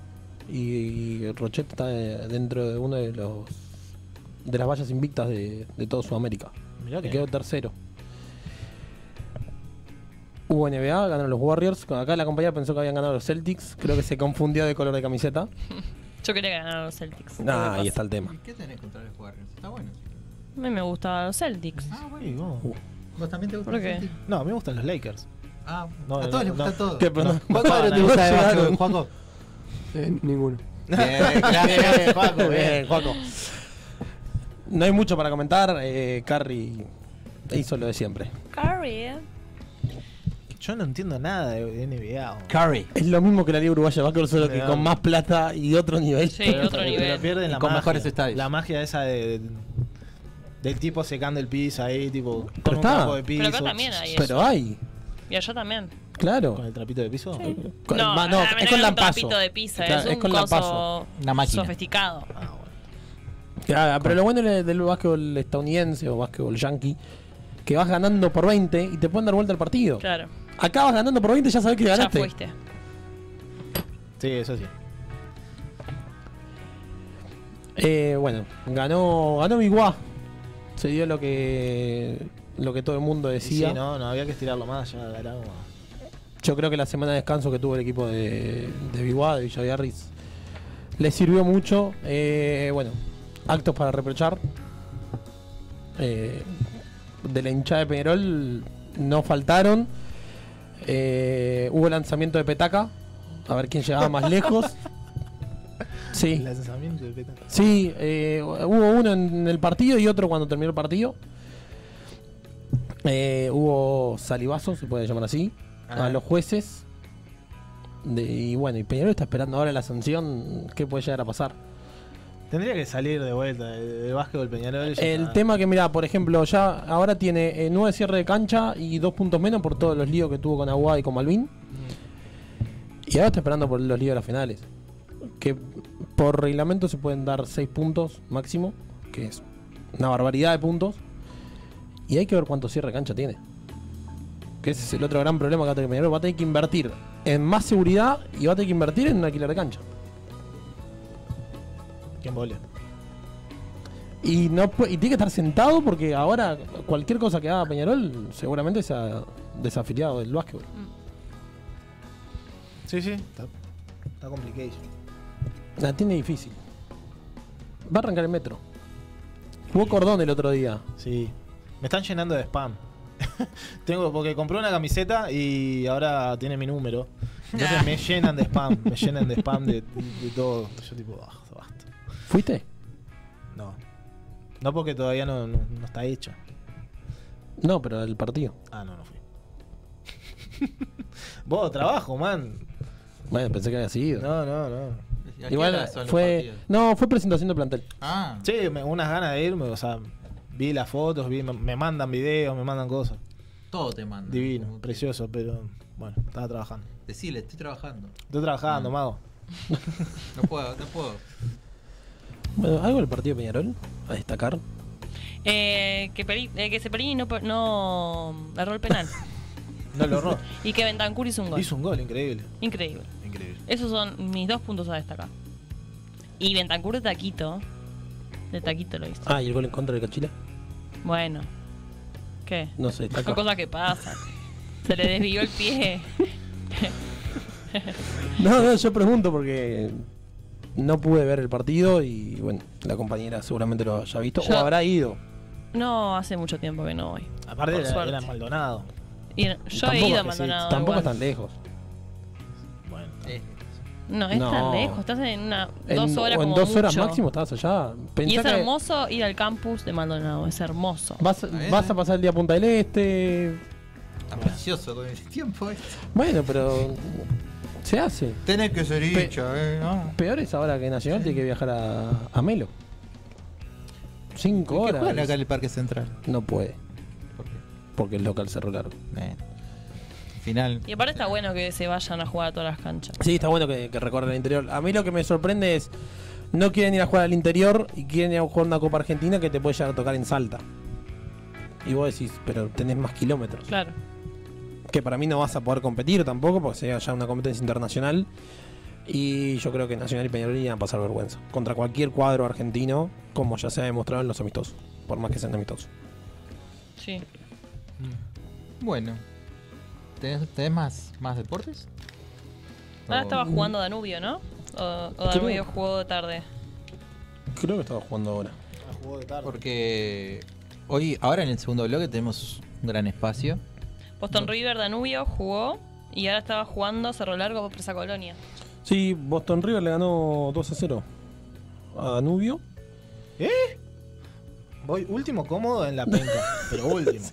C: Y Rochette está eh, dentro de uno de los de las vallas invictas de, de toda Sudamérica.
D: Mirá
C: Le
D: que.
C: quedó tercero. Hubo NBA, ganaron los Warriors. Acá la compañía pensó que habían ganado los Celtics. Creo que se confundió de color de camiseta.
E: Yo quería ganar a los Celtics.
C: Ah, ahí está el tema.
B: ¿Qué tenés contra los Warriors? Está bueno.
E: A mí me gustaban los Celtics.
D: Sí, no. Ah,
B: ¿Vos también te gusta
E: ¿Por qué?
D: No, a mí me gustan los Lakers.
B: Ah,
D: No,
B: a
D: no,
B: todos les gusta
D: no.
B: todo.
C: Que, pero no-
B: ¿Cuál cuadro te
D: No,
B: gusta de
C: llegaron.
B: básquetbol, Juaco?
F: Eh, ninguno.
B: Bien, gracias.
D: Paco,
C: Bien, Juaco. No hay mucho para comentar. Eh, Curry hizo lo de siempre.
E: Curry, eh.
D: Yo no entiendo nada de NBA. boludo.
B: Curry.
C: Es lo mismo que la Liga Uruguaya de Básquetbol, solo que
D: Claro.
C: con más plata y otro nivel.
E: Sí, otro
D: Pero
E: nivel.
D: pierden
B: Y
D: la
B: con
D: magia.
B: mejores estadios.
D: La magia esa de, del tipo secando el piso ahí, tipo. Con un
C: está.
D: trapo de piso.
E: Pero acá también hay eso.
C: Pero hay,
E: Y allá también.
D: ¿Con
C: claro.
D: el trapito de piso?
C: Con-
E: no,
C: va, no,
E: ah,
C: es
E: no
C: con
E: un
C: lampazo.
E: trapito de pizza,
C: Claro,
E: es un
C: con lampazo.
E: coso
B: Una máquina.
E: sofisticado.
D: Ah, bueno.
C: Claro, pero lo bueno del, del básquetbol estadounidense o básquetbol yankee, que vas ganando por 20 y te pueden dar vuelta al partido.
E: Claro.
C: Acá vas ganando por 20 y ya sabes que
E: Ya
C: ganaste.
E: fuiste.
D: Sí, eso sí.
C: Eh, bueno, ganó, ganó Biguá. Se dio lo que lo que todo el mundo
D: Y Sí, ¿ah?
C: decía.
D: no, no había que estirarlo más, ya era como-
C: Yo creo que la semana de descanso que tuvo el equipo de, de Biguá, de Villaviarris, le sirvió mucho. Eh, bueno, actos para reprochar. Eh, de la hinchada de Peñarol no faltaron. Eh, hubo lanzamiento de petaca. A ver quién llegaba más lejos. Sí,
D: El lanzamiento de peta.
C: sí, eh, hubo uno en el partido y otro cuando terminó el partido. Eh, hubo salivazos, se puede llamar así, a
D: Ah.
C: los jueces. De- y bueno, y Peñarol está esperando ahora la sanción. ¿Qué puede llegar a pasar?
D: Tendría que salir de vuelta de- del básquetbol Peñarol. ya
C: El
D: está.
C: tema que, mira, por ejemplo, ya ahora tiene eh, nueve cierres de cancha y dos puntos menos por todos los líos que tuvo con Agua y con Malvin. Y ahora está esperando por los líos de las finales. Que por reglamento se pueden dar seis puntos máximo, que es una barbaridad de puntos. Y hay que ver cuánto cierre de cancha tiene. Que ese es el otro gran problema que va a tener Peñarol. Va a tener que invertir en más seguridad y va a tener que invertir en un alquiler de cancha.
D: Qué embole.
C: Y, no, pu- y tiene que estar sentado porque ahora cualquier cosa que haga Peñarol seguramente sea desafiliado del básquetbol.
B: Mm.
D: Sí, sí. Está, está complicado.
C: La tiene difícil. Va a arrancar el metro. Jugó Cordón el otro día.
D: Sí. Me están llenando de spam. Tengo, porque compré una camiseta y ahora tiene mi número. Entonces me llenan de spam, me llenan de spam de, de todo. Yo tipo, "Ah, basta.
C: ¿Fuiste?
D: No. No porque todavía no, no- no está hecho.
C: No, pero el partido.
D: Ah, no, no fui. Vos, trabajo, man.
C: Bueno, pensé que había seguido.
D: No, no, no.
B: ¿A qué hora
C: Igual
B: son los
C: fue.
B: partidos?
C: No, fue presentación de plantel.
B: Ah,
D: Sí, me- unas ganas de irme, o sea, vi las fotos, vi, me, me mandan videos, me mandan cosas.
B: todo te manda.
D: Divino, precioso, pero bueno, estaba trabajando.
B: Decile, estoy trabajando.
D: Estoy trabajando, mago.
B: No puedo, no puedo.
C: Bueno, algo del partido de Peñarol a destacar.
E: Eh, que, Peri- eh, que Ceperini no, pe- no erró el penal.
D: No lo erró.
E: y que Bentancur hizo un gol.
D: Hizo un gol increíble.
E: Increíble.
D: Increíble.
E: Esos son mis dos puntos a destacar. Y Bentancur de taquito. De taquito lo hizo.
C: Ah, y el gol en contra de Cachila.
E: Bueno. ¿Qué?
C: No sé,
E: Son
C: destaca.
E: cosas que pasan. Se le desvió el pie.
C: No, no, yo pregunto porque no pude ver el partido y bueno, la compañera seguramente lo haya visto
E: Yo-
C: o habrá ido.
E: No, hace mucho tiempo que no voy.
D: Aparte
E: Por
D: era,
E: suerte.
D: era Maldonado.
E: Y no- yo
C: Tampoco
E: he ido
C: es
E: a
C: que sí,
E: Maldonado.
C: Tampoco
E: igual.
C: es tan lejos.
D: Bueno,
B: Eh,
E: No, es
C: No.
E: tan lejos. Estás en una,
C: En-
E: dos horas
C: o en
E: como
C: dos horas
E: mucho.
C: máximo estabas allá. Pensá
E: Y es
C: que
E: hermoso ir al campus de Maldonado. Es hermoso.
C: Vas,
B: bien,
C: vas
B: eh.
C: a pasar el día a Punta del Este.
B: está precioso con el tiempo. este.
C: Bueno, pero se hace.
B: Tenés que ser
C: Pe-
B: hincha, eh, ¿no?
C: Peor es ahora que Nacional tiene que viajar a, a Melo. Cinco
B: ¿Qué juegan acá en
C: horas.
B: el Parque Central?
C: No puede,
B: ¿Por qué?
C: porque el local cerró largo.
B: Eh, Final.
E: Y aparte está bueno que se vayan a jugar a todas las canchas.
C: Sí, está bueno que, que recorran el interior. A mí lo que me sorprende es. No quieren ir a jugar al interior y quieren ir a jugar una Copa Argentina que te puede llegar a tocar en Salta. Y vos decís, pero tenés más kilómetros.
E: Claro.
C: que para mí no vas a poder competir tampoco, porque sería ya una competencia internacional. Y yo creo que Nacional y Peñarol iban a pasar vergüenza. Contra cualquier cuadro argentino, como ya se ha demostrado en los amistosos. Por más que sean amistosos.
E: Sí.
B: Bueno. ¿Tenés, tenés más, más deportes?
E: Ahora
B: O-
E: estaba jugando Danubio, ¿no? O, o Danubio jugó tarde.
C: Creo que estaba jugando ahora.
D: jugó de tarde.
B: Porque hoy, ahora en el segundo bloque tenemos un gran espacio.
E: Boston River, Danubio jugó. Y ahora estaba jugando Cerro Largo Presa Colonia.
C: Sí, Boston River le ganó 2 a 0 a Danubio.
D: Voy último cómodo en la penca, pero último.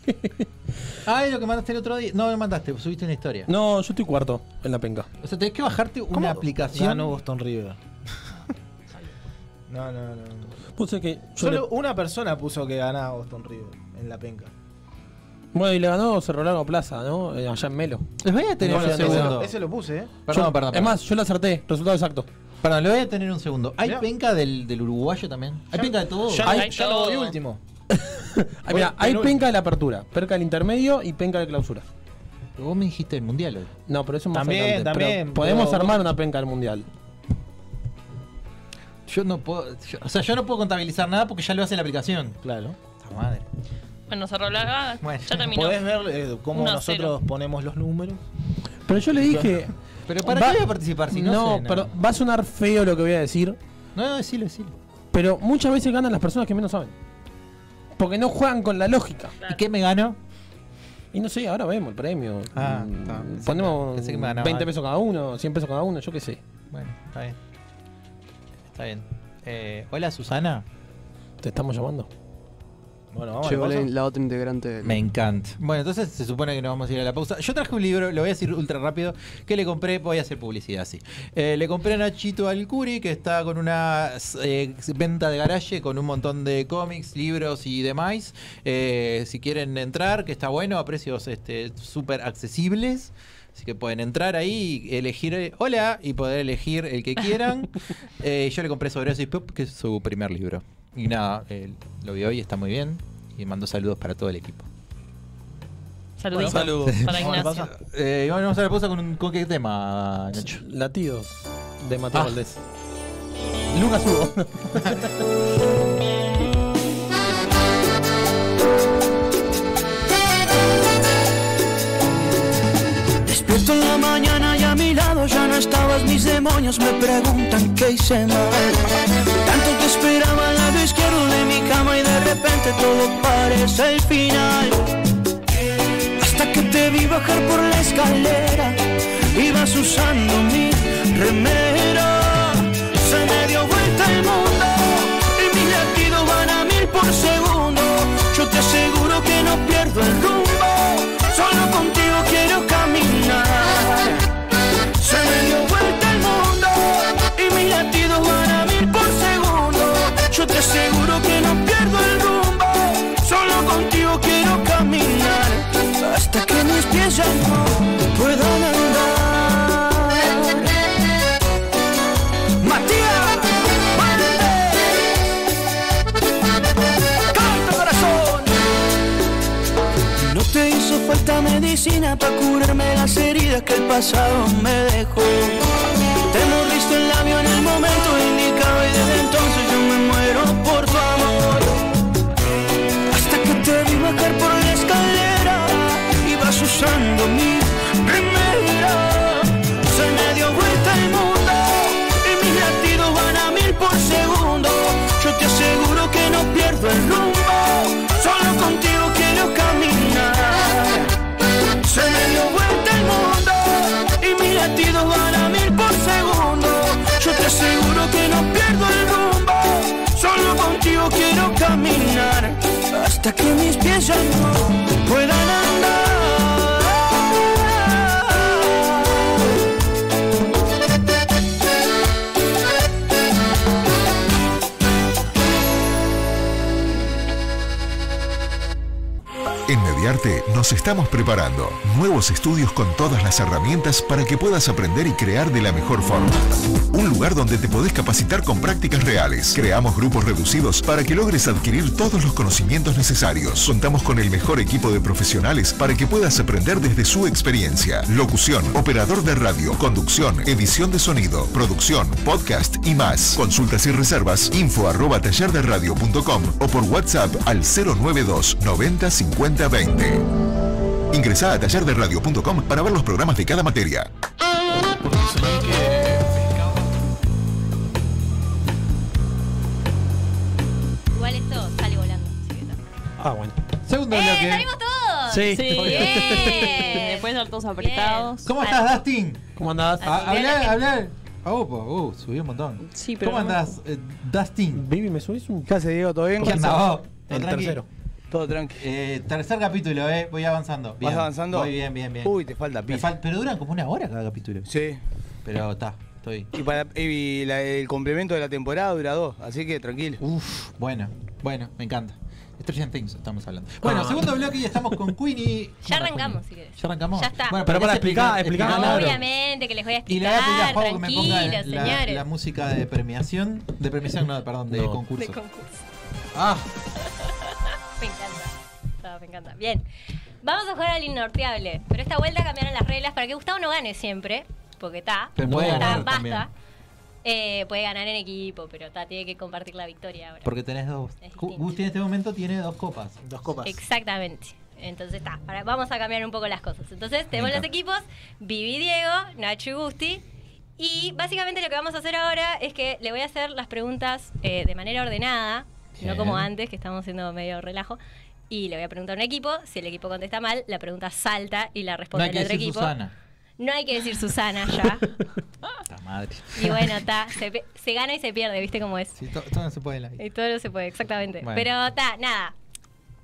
B: Ah, es lo que mandaste el otro día. No me mandaste, subiste una historia.
C: No, yo estoy cuarto en la penca.
B: O sea, tenés que bajarte una
D: ¿Cómo Ah,
B: aplicación.
D: Ganó Boston River. No, no, no.
C: Puse que. yo
D: Solo
C: le-
D: una persona puso que ganaba Boston River en la penca.
C: Bueno, y le ganó Cerro Largo Plaza, ¿no? Eh, Allá en Melo.
B: Les voy a tener
C: Bueno,
B: un
C: ese-
B: segundo.
D: Ese lo puse, ¿eh?
B: Perdón,
C: Yo-
B: perdón.
C: Es
B: perdón.
C: más, yo le acerté. Resultado exacto.
B: Perdón, le voy a tener un segundo. ¿Hay
D: Mirá.
B: penca del, del uruguayo también? ¿Hay
D: Ya-
B: penca de todo?
D: Ya,
E: Hay
D: ya lo
E: todo.
D: voy último.
C: Ah, mira,
D: Oye,
C: hay
D: penúltimo.
C: penca de la apertura, penca del intermedio y penca de clausura.
B: Vos me dijiste el mundial hoy.
C: No, pero eso más
D: También,
C: adelante. Pero
D: también,
C: podemos
D: pero-
C: armar una penca al mundial.
B: Yo no puedo. yo- o sea, yo no puedo contabilizar nada porque ya lo hace la aplicación.
D: Claro.
B: Puta madre.
E: Bueno, Cerro Largo ah,
B: Bueno.
E: ya terminó.
D: Podés ver eh, cómo
E: Uno a
D: nosotros ponemos los números.
C: Pero yo le dije.
B: Pero ¿para
C: va-
B: qué voy a participar si no
C: no,
B: sé nada?
C: pero va a sonar feo lo que voy a decir.
B: No, no, decilo, decilo.
C: Pero muchas veces ganan las personas que menos saben. Porque no juegan con la lógica.
B: ¿Y qué me gano?
C: Y no sé, ahora vemos el premio.
B: Ah,
C: Mm,
B: está, pensé que-
C: Ponemos
B: pensé que me ganaba
C: 20
B: algo.
C: pesos cada uno, 100 pesos cada uno, yo qué sé.
B: Bueno, está bien. Está bien. Eh, hola, Susana.
C: Te estamos llamando.
D: Bueno, vamos
F: Llegó
D: a
F: la,
D: ver.
F: la otra integrante. del-
B: Me encanta. Bueno, entonces se supone que nos vamos a ir a la pausa. Yo traje un libro, lo voy a decir ultra rápido, que le compré, voy a hacer publicidad así. Eh, le compré a Nachito Alcuri, que está con una eh, venta de garaje con un montón de cómics, libros y demás. Eh, si quieren entrar, que está bueno, a precios este, súper accesibles. Así que pueden entrar ahí y elegir eh, hola y poder elegir el que quieran. Eh, yo le compré sobre eso y Pop, que es su primer libro. Y nada, eh, lo vi hoy, está muy bien. Y mando saludos para todo el equipo.
E: Saluditos.
C: Saludos.
E: Para
D: Vamos a la
E: Ignacio.
D: pausa.
B: Eh, vamos a la pausa con, un, con qué tema, Nacho.
C: Latidos de Mateo
B: Ah.
C: Valdés. Lucas Hugo.
A: Despierto en la mañana y a mi lado ya no estabas, mis demonios me preguntan qué hice mal. Tanto te esperaba al lado izquierdo de mi cama y de repente todo parece el final. Hasta que te vi bajar por la escalera, ibas usando mi remera. Se me dio vuelta el mundo y mis latidos van a mil por segundo. Yo te aseguro que no pierdo el rumbo, solo contigo quiero caminar. Se me dio vuelta el mundo y mis latidos van a mil por segundo. Yo te aseguro que no pierdo el rumbo, solo contigo quiero caminar hasta que mis pies ya no puedan andar. Matías Valdés. Canta corazón. No te hizo falta medicina para curarme las heridas que el pasado me dejó. Te mordiste el labio en el momento indicado y desde entonces yo me muero por tu amor. Hasta que te vi bajar por la escalera y vas usando mi remera. Se me dio vuelta el mundo y mis latidos van a mil por segundo. Yo te aseguro que no pierdo el rumbo, solo contigo quiero caminar. Se me dio vuelta el mundo y mis latidos van a mil por segundo. Yo te aseguro que no pierdo el rumbo, solo contigo quiero caminar hasta que mis pies ya no puedan andar.
H: En Mediarte nos estamos preparando nuevos estudios con todas las herramientas para que puedas aprender y crear de la mejor forma. Un lugar donde te podés capacitar con prácticas reales. Creamos grupos reducidos para que logres adquirir todos los conocimientos necesarios. Contamos con el mejor equipo de profesionales para que puedas aprender desde su experiencia. Locución, operador de radio, conducción, edición de sonido, producción, podcast y más. Consultas y reservas, info arroba tallerderadio.com o por WhatsApp al 092 90 50 20. Ingresá a tallerderadio.com para ver los programas de cada materia.
I: Igual esto sale volando. así que está.
C: Ah, bueno.
B: Segundo
I: ¡Eh!
B: bloque.
I: ¡Salimos todos!
C: Sí.
E: Sí.
I: Bien.
E: Después de estar todos apretados.
B: ¿Cómo estás, Dustin?
C: ¿Cómo andás?
B: Ah,
I: Así,
B: Hablar,
I: vean la
B: hablar. Ah, opa, uh, subí un montón.
E: Sí, pero
B: ¿Cómo
E: no-
B: andás, eh, Dustin?
C: Baby, ¿me subís un
G: ¿Qué hace Diego? ¿Todo bien?
B: ¿Qué andás vos?
C: El
B: Tranqui.
C: tercero.
G: Todo tranqui.
B: Eh, tercer capítulo, eh. Voy avanzando. Bien.
G: ¿Vas avanzando?
B: Voy bien, bien, bien.
G: Uy, te falta
B: Me
G: pizza.
B: fal- pero duran como una hora cada capítulo.
G: Sí.
B: Pero está, estoy.
G: Y, para, y la- el complemento de la temporada dura dos, así que tranquilo.
B: Uf, bueno, bueno, me encanta. Stranger Things estamos hablando. Bueno, segundo bloque y estamos con Queenie.
I: Ya
B: ¿Cómo era
I: arrancamos,
B: Queenie?
I: si querés.
B: Ya arrancamos.
I: Ya está.
B: Bueno,
C: Pero
B: podés
C: pará, explicá,
B: explicar-
C: explicá,
B: explicar-
C: Laura.
I: Obviamente que les voy a
B: Y le voy a pedir a
I: explicar.
B: Juago que me ponga la,
I: Tranquilos,
B: la-
I: señores.
B: la música de premiación. De premiación, no, perdón, de
C: No.
B: concurso.
I: De concurso.
B: ah,
I: Me encanta. No, me encanta. Bien. Vamos a jugar al inorteable. Pero esta vuelta cambiaron las reglas para que Gustavo no gane siempre. Porque está.
B: Pero puede
I: está,
B: ganar también.
I: basta. Eh, puede ganar en equipo, pero está, tiene que compartir la victoria ahora.
B: porque tenés dos.
I: Es distinto.
B: Gusti en este momento tiene dos copas.
D: Dos copas.
I: Exactamente. Entonces está. Ahora vamos a cambiar un poco las cosas. Entonces tenemos los
B: encanta.
I: equipos, Vivi y Diego, Nacho y Gusti. Y básicamente lo que vamos a hacer ahora es que le voy a hacer las preguntas eh, de manera ordenada,
B: Bien.
I: no como antes, que estamos haciendo medio relajo. Y le voy a preguntar a un equipo, si el equipo contesta mal, la pregunta salta y la
B: No
I: responde
B: hay que
I: el otro
B: decir
I: equipo.
B: Susana.
I: No hay que decir Susana ya.
B: Puta madre.
I: y bueno, está, se, pe- se gana y se pierde, ¿viste cómo es?
B: Sí, to- todo no se puede en la vida.
I: Y todo no se puede, exactamente.
B: Bueno.
I: Pero ta, nada.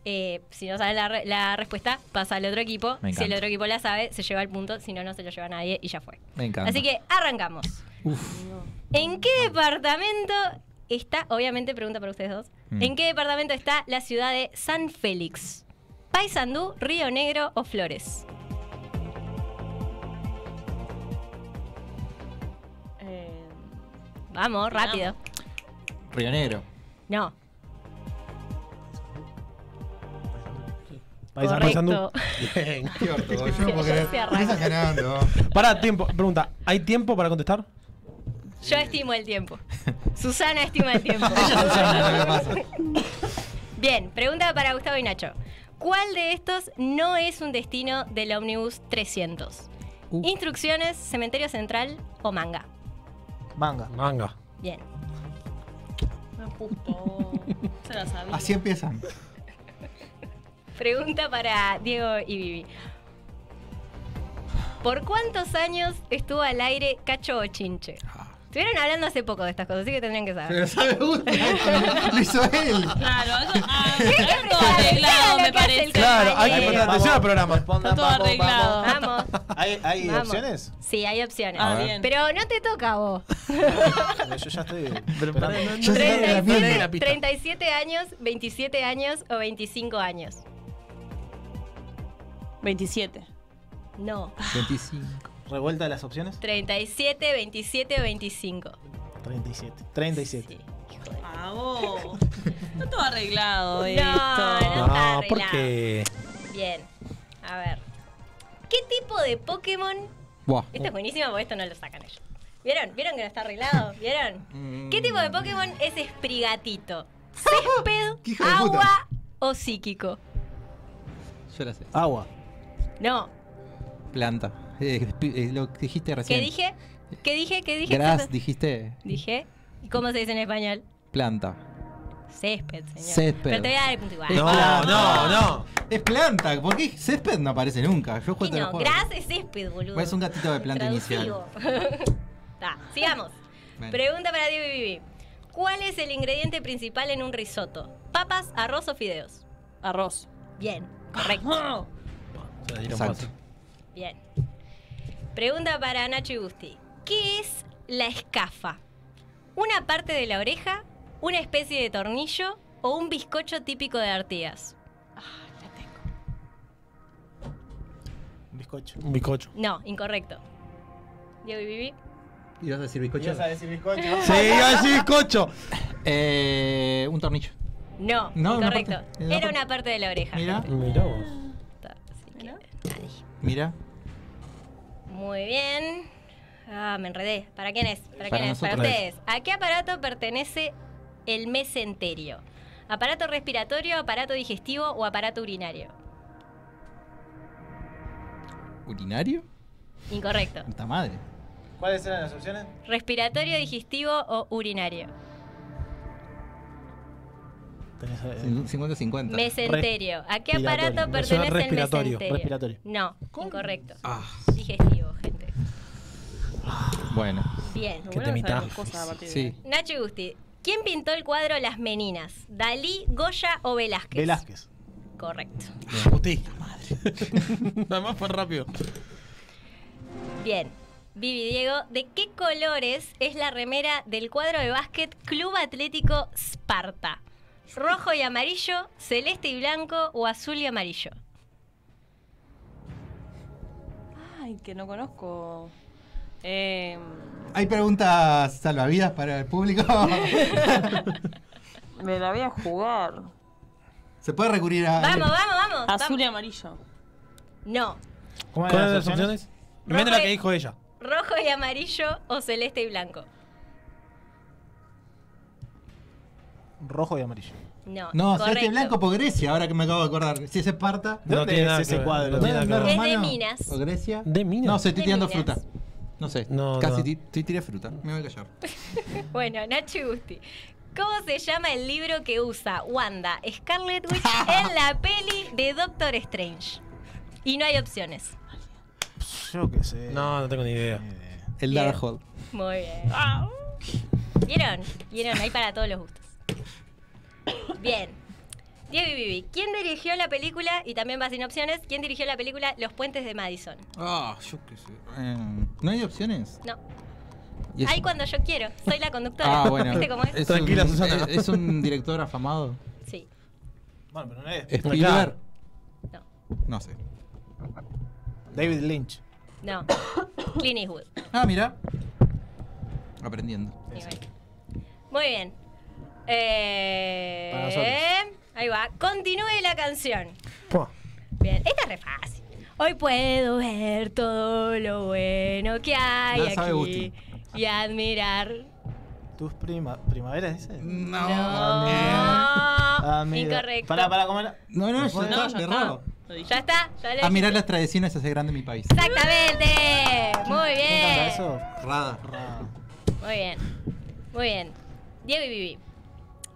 I: Eh, si no sabes la, re- la respuesta, pasa al otro equipo.
B: Me
I: Si el
B: encanta.
I: otro equipo la sabe, se lleva el punto. Si no, no se lo lleva nadie y ya fue.
B: Me encanta.
I: Así que arrancamos.
B: Uf.
I: ¿En qué departamento está, obviamente pregunta para ustedes dos,
B: Mm.
I: ¿en qué departamento está la ciudad de San Félix? ¿Paysandú, Río Negro o Flores?
E: Eh,
I: Vamos, rápido.
B: Río Negro.
I: No,
D: Paisa-
I: correcto.
C: Bien.
I: yo no puedo creer. Se arranca.
B: ganando.
C: Pará, tiempo. Pregunta, ¿hay tiempo para contestar?
I: Yo estimo el tiempo. Susana estima el tiempo. Bien, pregunta para Gustavo y Nacho. ¿Cuál de estos no es un destino del ómnibus 300?
B: Uh.
I: Instrucciones, cementerio central o manga.
D: Manga.
C: Manga.
I: Bien.
E: Me puto. Se la sabía.
B: Así empiezan.
I: Pregunta para Diego y Vivi. ¿Por cuántos años estuvo al aire Cacho Bochinche? Estuvieron hablando hace poco de estas cosas, así que tendrían que saber.
B: Pero sabe uno. Lo hizo él.
E: Claro, algo, ah, algo
I: Pero lo
E: arreglado me
I: que hace el
E: parece.
C: Claro, hay que
I: compañero.
C: poner atención al programa.
D: Respondan,
E: Está todo
D: vamos,
E: arreglado.
D: vamos.
I: Vamos.
D: ¿Hay, hay
I: Vamos.
D: opciones?
I: Sí, hay opciones.
E: Ah, bien.
I: Pero no te toca a vos.
D: Pero yo ya estoy. esperando.
B: Ya se está grabando.
I: 37, 37 años, 27 años o 25 años.
E: 27.
I: No.
B: 25.
D: ¿Revuelta de las opciones?
I: 37, 27 o 25.
D: 37. 37.
I: Sí, hijo de-
E: Vamos. Está todo arreglado esto.
I: No, está
C: No, porque.
I: Bien. A ver. ¿Qué tipo de Pokémon?
B: Buah.
I: Esto es buenísimo porque esto no lo sacan ellos. ¿Vieron? ¿Vieron que no está arreglado? ¿Vieron? ¿Qué tipo de Pokémon es Esprigatito?
B: Qué
I: ¿Césped,
B: hijo de puta.
I: agua o psíquico?
B: Yo la sé.
D: Agua.
I: No.
B: Planta. Eh, espi- eh, lo que dijiste
I: ¿Qué
B: recién.
I: dije? ¿Qué dije? ¿Qué dije?
B: Grass, dijiste
I: Dije. ¿Y cómo se dice en español?
B: planta.
I: Césped, señor.
B: Césped.
I: Pero te voy a dar el punto igual. Ah,
B: Es
C: No,
B: planta.
C: no, no.
B: Es planta. ¿Por qué césped no aparece nunca? Yo
I: Y
B: juego
I: no, grass es césped, boludo.
B: Bueno, es un gatito de planta
I: Traducido. Ta, sigamos.
B: Bueno.
I: Pregunta para Diego y Vivi. ¿Cuál es el ingrediente principal en un risotto? ¿Papas, arroz o fideos?
E: Arroz.
I: Bien, correcto.
E: No.
B: Exacto.
I: Bien. Pregunta para Nacho y Gusti. ¿Qué es la escafa? ¿Una parte de la oreja? ¿Una especie de tornillo? ¿O un bizcocho típico de Artigas?
D: Un bizcocho.
C: Un bizcocho.
I: No, incorrecto. Diego y Vivi.
B: ¿Y vas a decir bizcocho?
D: decir bizcocho?
C: Sí, así bizcocho.
B: Eh, un tornillo.
I: No,
B: No, una
I: incorrecto.
B: parte- una
I: Era
B: parte-
I: una parte de la oreja.
B: Mira,
C: Mirá vos.
I: Ta, así que-
B: mira.
I: Muy bien. Ah, me enredé. ¿Para quién es? ¿Para,
B: Para
I: quién es? Para
B: nosotros.
I: ustedes. ¿A qué aparato pertenece el mesenterio? ¿Aparato respiratorio, aparato digestivo o aparato urinario?
B: ¿Urinario?
I: Incorrecto.
B: Puta madre.
D: ¿Cuáles eran las opciones?
I: ¿Respiratorio, digestivo o urinario?
D: Tenés, eh,
B: 50-50.
I: Mesenterio. ¿A qué
D: Respiratorio.
I: aparato
D: No,
I: pertenece
C: respiratorio,
I: el mesenterio?
D: respiratorio.
I: No, incorrecto.
B: Ah,
I: Digestivo, gente.
B: bueno.
I: Bien.
C: Qué temita.
B: Sí.
I: Nacho y Gusti, ¿quién pintó el cuadro Las Meninas? ¿Dalí, Goya o Velázquez?
D: Velázquez.
I: Correcto.
C: Gusti. Nada más fue rápido.
I: Bien. Vivi Diego, ¿de qué colores es la remera del cuadro de básquet Club Atlético Sparta? ¿Rojo y amarillo, celeste y blanco o azul y amarillo?
E: Ay, que no conozco. Eh,
B: ¿Hay preguntas salvavidas para el público?
E: me la voy a jugar.
B: ¿Se puede recurrir a.?
I: Vamos, vamos, vamos.
E: Azul y
I: vamos.
E: amarillo.
I: No.
D: ¿Cómo
C: ¿Cuáles eran las opciones? Menos la
I: Rojo
C: que
I: y-
C: dijo ella.
I: ¿Rojo y amarillo o celeste y blanco?
D: Rojo y amarillo.
I: No.
B: No,
I: Ah, correcto.
B: celeste y blanco por Grecia, ahora que me acabo de acordar. Si es Esparta.
D: ¿De dónde
C: tiene
D: es
C: nada
D: ese
C: que ver,
D: cuadro?
C: No tiene nada que
B: ¿No
C: ver.
I: Es de
B: romano?
I: Minas.
B: ¿O Grecia?
C: ¿De Minas?
B: No, sé, estoy
I: De
B: tirando
I: Minas.
B: fruta. No sé.
C: No,
B: Casi
C: no.
B: ti- ti- tiré fruta. Me voy a callar.
I: Bueno, Nacho y Gusti. ¿Cómo se llama el libro que usa Wanda Scarlet Witch en la peli de Doctor Strange? Y no hay opciones.
D: Yo qué sé.
C: No, no tengo ni idea.
B: El
I: Bien.
B: Darkhold.
I: Muy bien. ¿Vieron? ¿Vieron? Hay para todos los gustos. Bien. Diego y Vivi, ¿quién dirigió la película, y también va sin opciones, ¿quién dirigió la película Los Puentes de Madison?
B: Ah, yo qué sé. Eh, ¿No hay opciones?
I: No.
B: Y es-
I: Ahí cuando yo quiero. Soy la conductora.
B: Ah, bueno.
I: ¿Viste cómo es?
B: Es
C: Tranquila,
B: un- eh,
C: Susana.
B: Es, es un director afamado.
I: Sí.
D: Bueno, pero no es.
B: Spielberg.
I: No.
B: No sé.
D: David Lynch.
I: No. Clint Eastwood.
B: Ah, mira. Aprendiendo.
I: Y bueno. Muy bien. Eh,
D: Para nosotros.
I: ahí va. Continúe la canción.
C: Pua.
I: Bien, esta es re fácil. Hoy puedo ver todo lo bueno que hay
B: La sabe
I: aquí.
B: Guti.
I: y a admirar.
D: ¿Tus prima, primaveras, dice?
I: No.
D: mira. Ah, mira.
I: Incorrecto.
D: Pará, pará, ¿cómo era?
B: No, no, ya
D: Bueno,
B: está,
D: ya
B: de raro.
E: Lo dije.
I: Ya está, ya lo
B: A mirar
I: dijiste.
B: las tradiciones hace grande mi país.
I: Exactamente. Muy
D: ¿Me encanta
I: bien.
D: eso? Ah.
B: Rada.
D: Ra.
I: Muy bien. Muy bien. Diego y Vivi.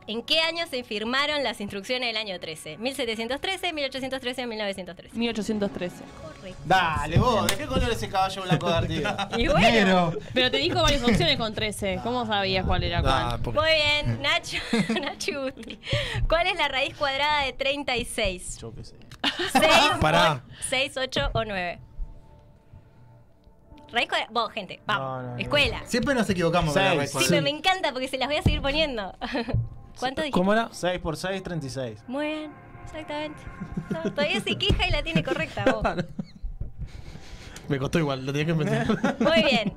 I: ¿En qué año se firmaron las instrucciones del año 13? 1713, 1813, 1913.
E: 1813.
I: Correcto.
D: Dale, vos, ¿de qué color es ese caballo blanco de Artigas?
E: Y bueno, pero te dijo varias opciones con 13. ¿Cómo sabías cuál era
B: Ah.
E: cuál?
I: Muy bien, Nacho, Nacho y Gusti. ¿Cuál es la raíz cuadrada de 36?
D: Yo qué sé.
I: 6,
C: Pará.
I: 6, 8 o 9. Raíz cuadrada. Vos, gente, vamos.
D: No, no, no.
I: Escuela.
B: Siempre nos equivocamos con la
D: Seis.
B: raíz
I: Sí,
B: cuadrada.
I: pero me encanta porque se las voy a seguir poniendo. ¿Cuánto dijiste?
C: ¿Cómo era?
D: 6 por 6, 36.
I: Muy bien, exactamente. No, todavía se queja y la tiene correcta vos.
C: Me costó igual, lo tenía que inventar.
I: Muy bien.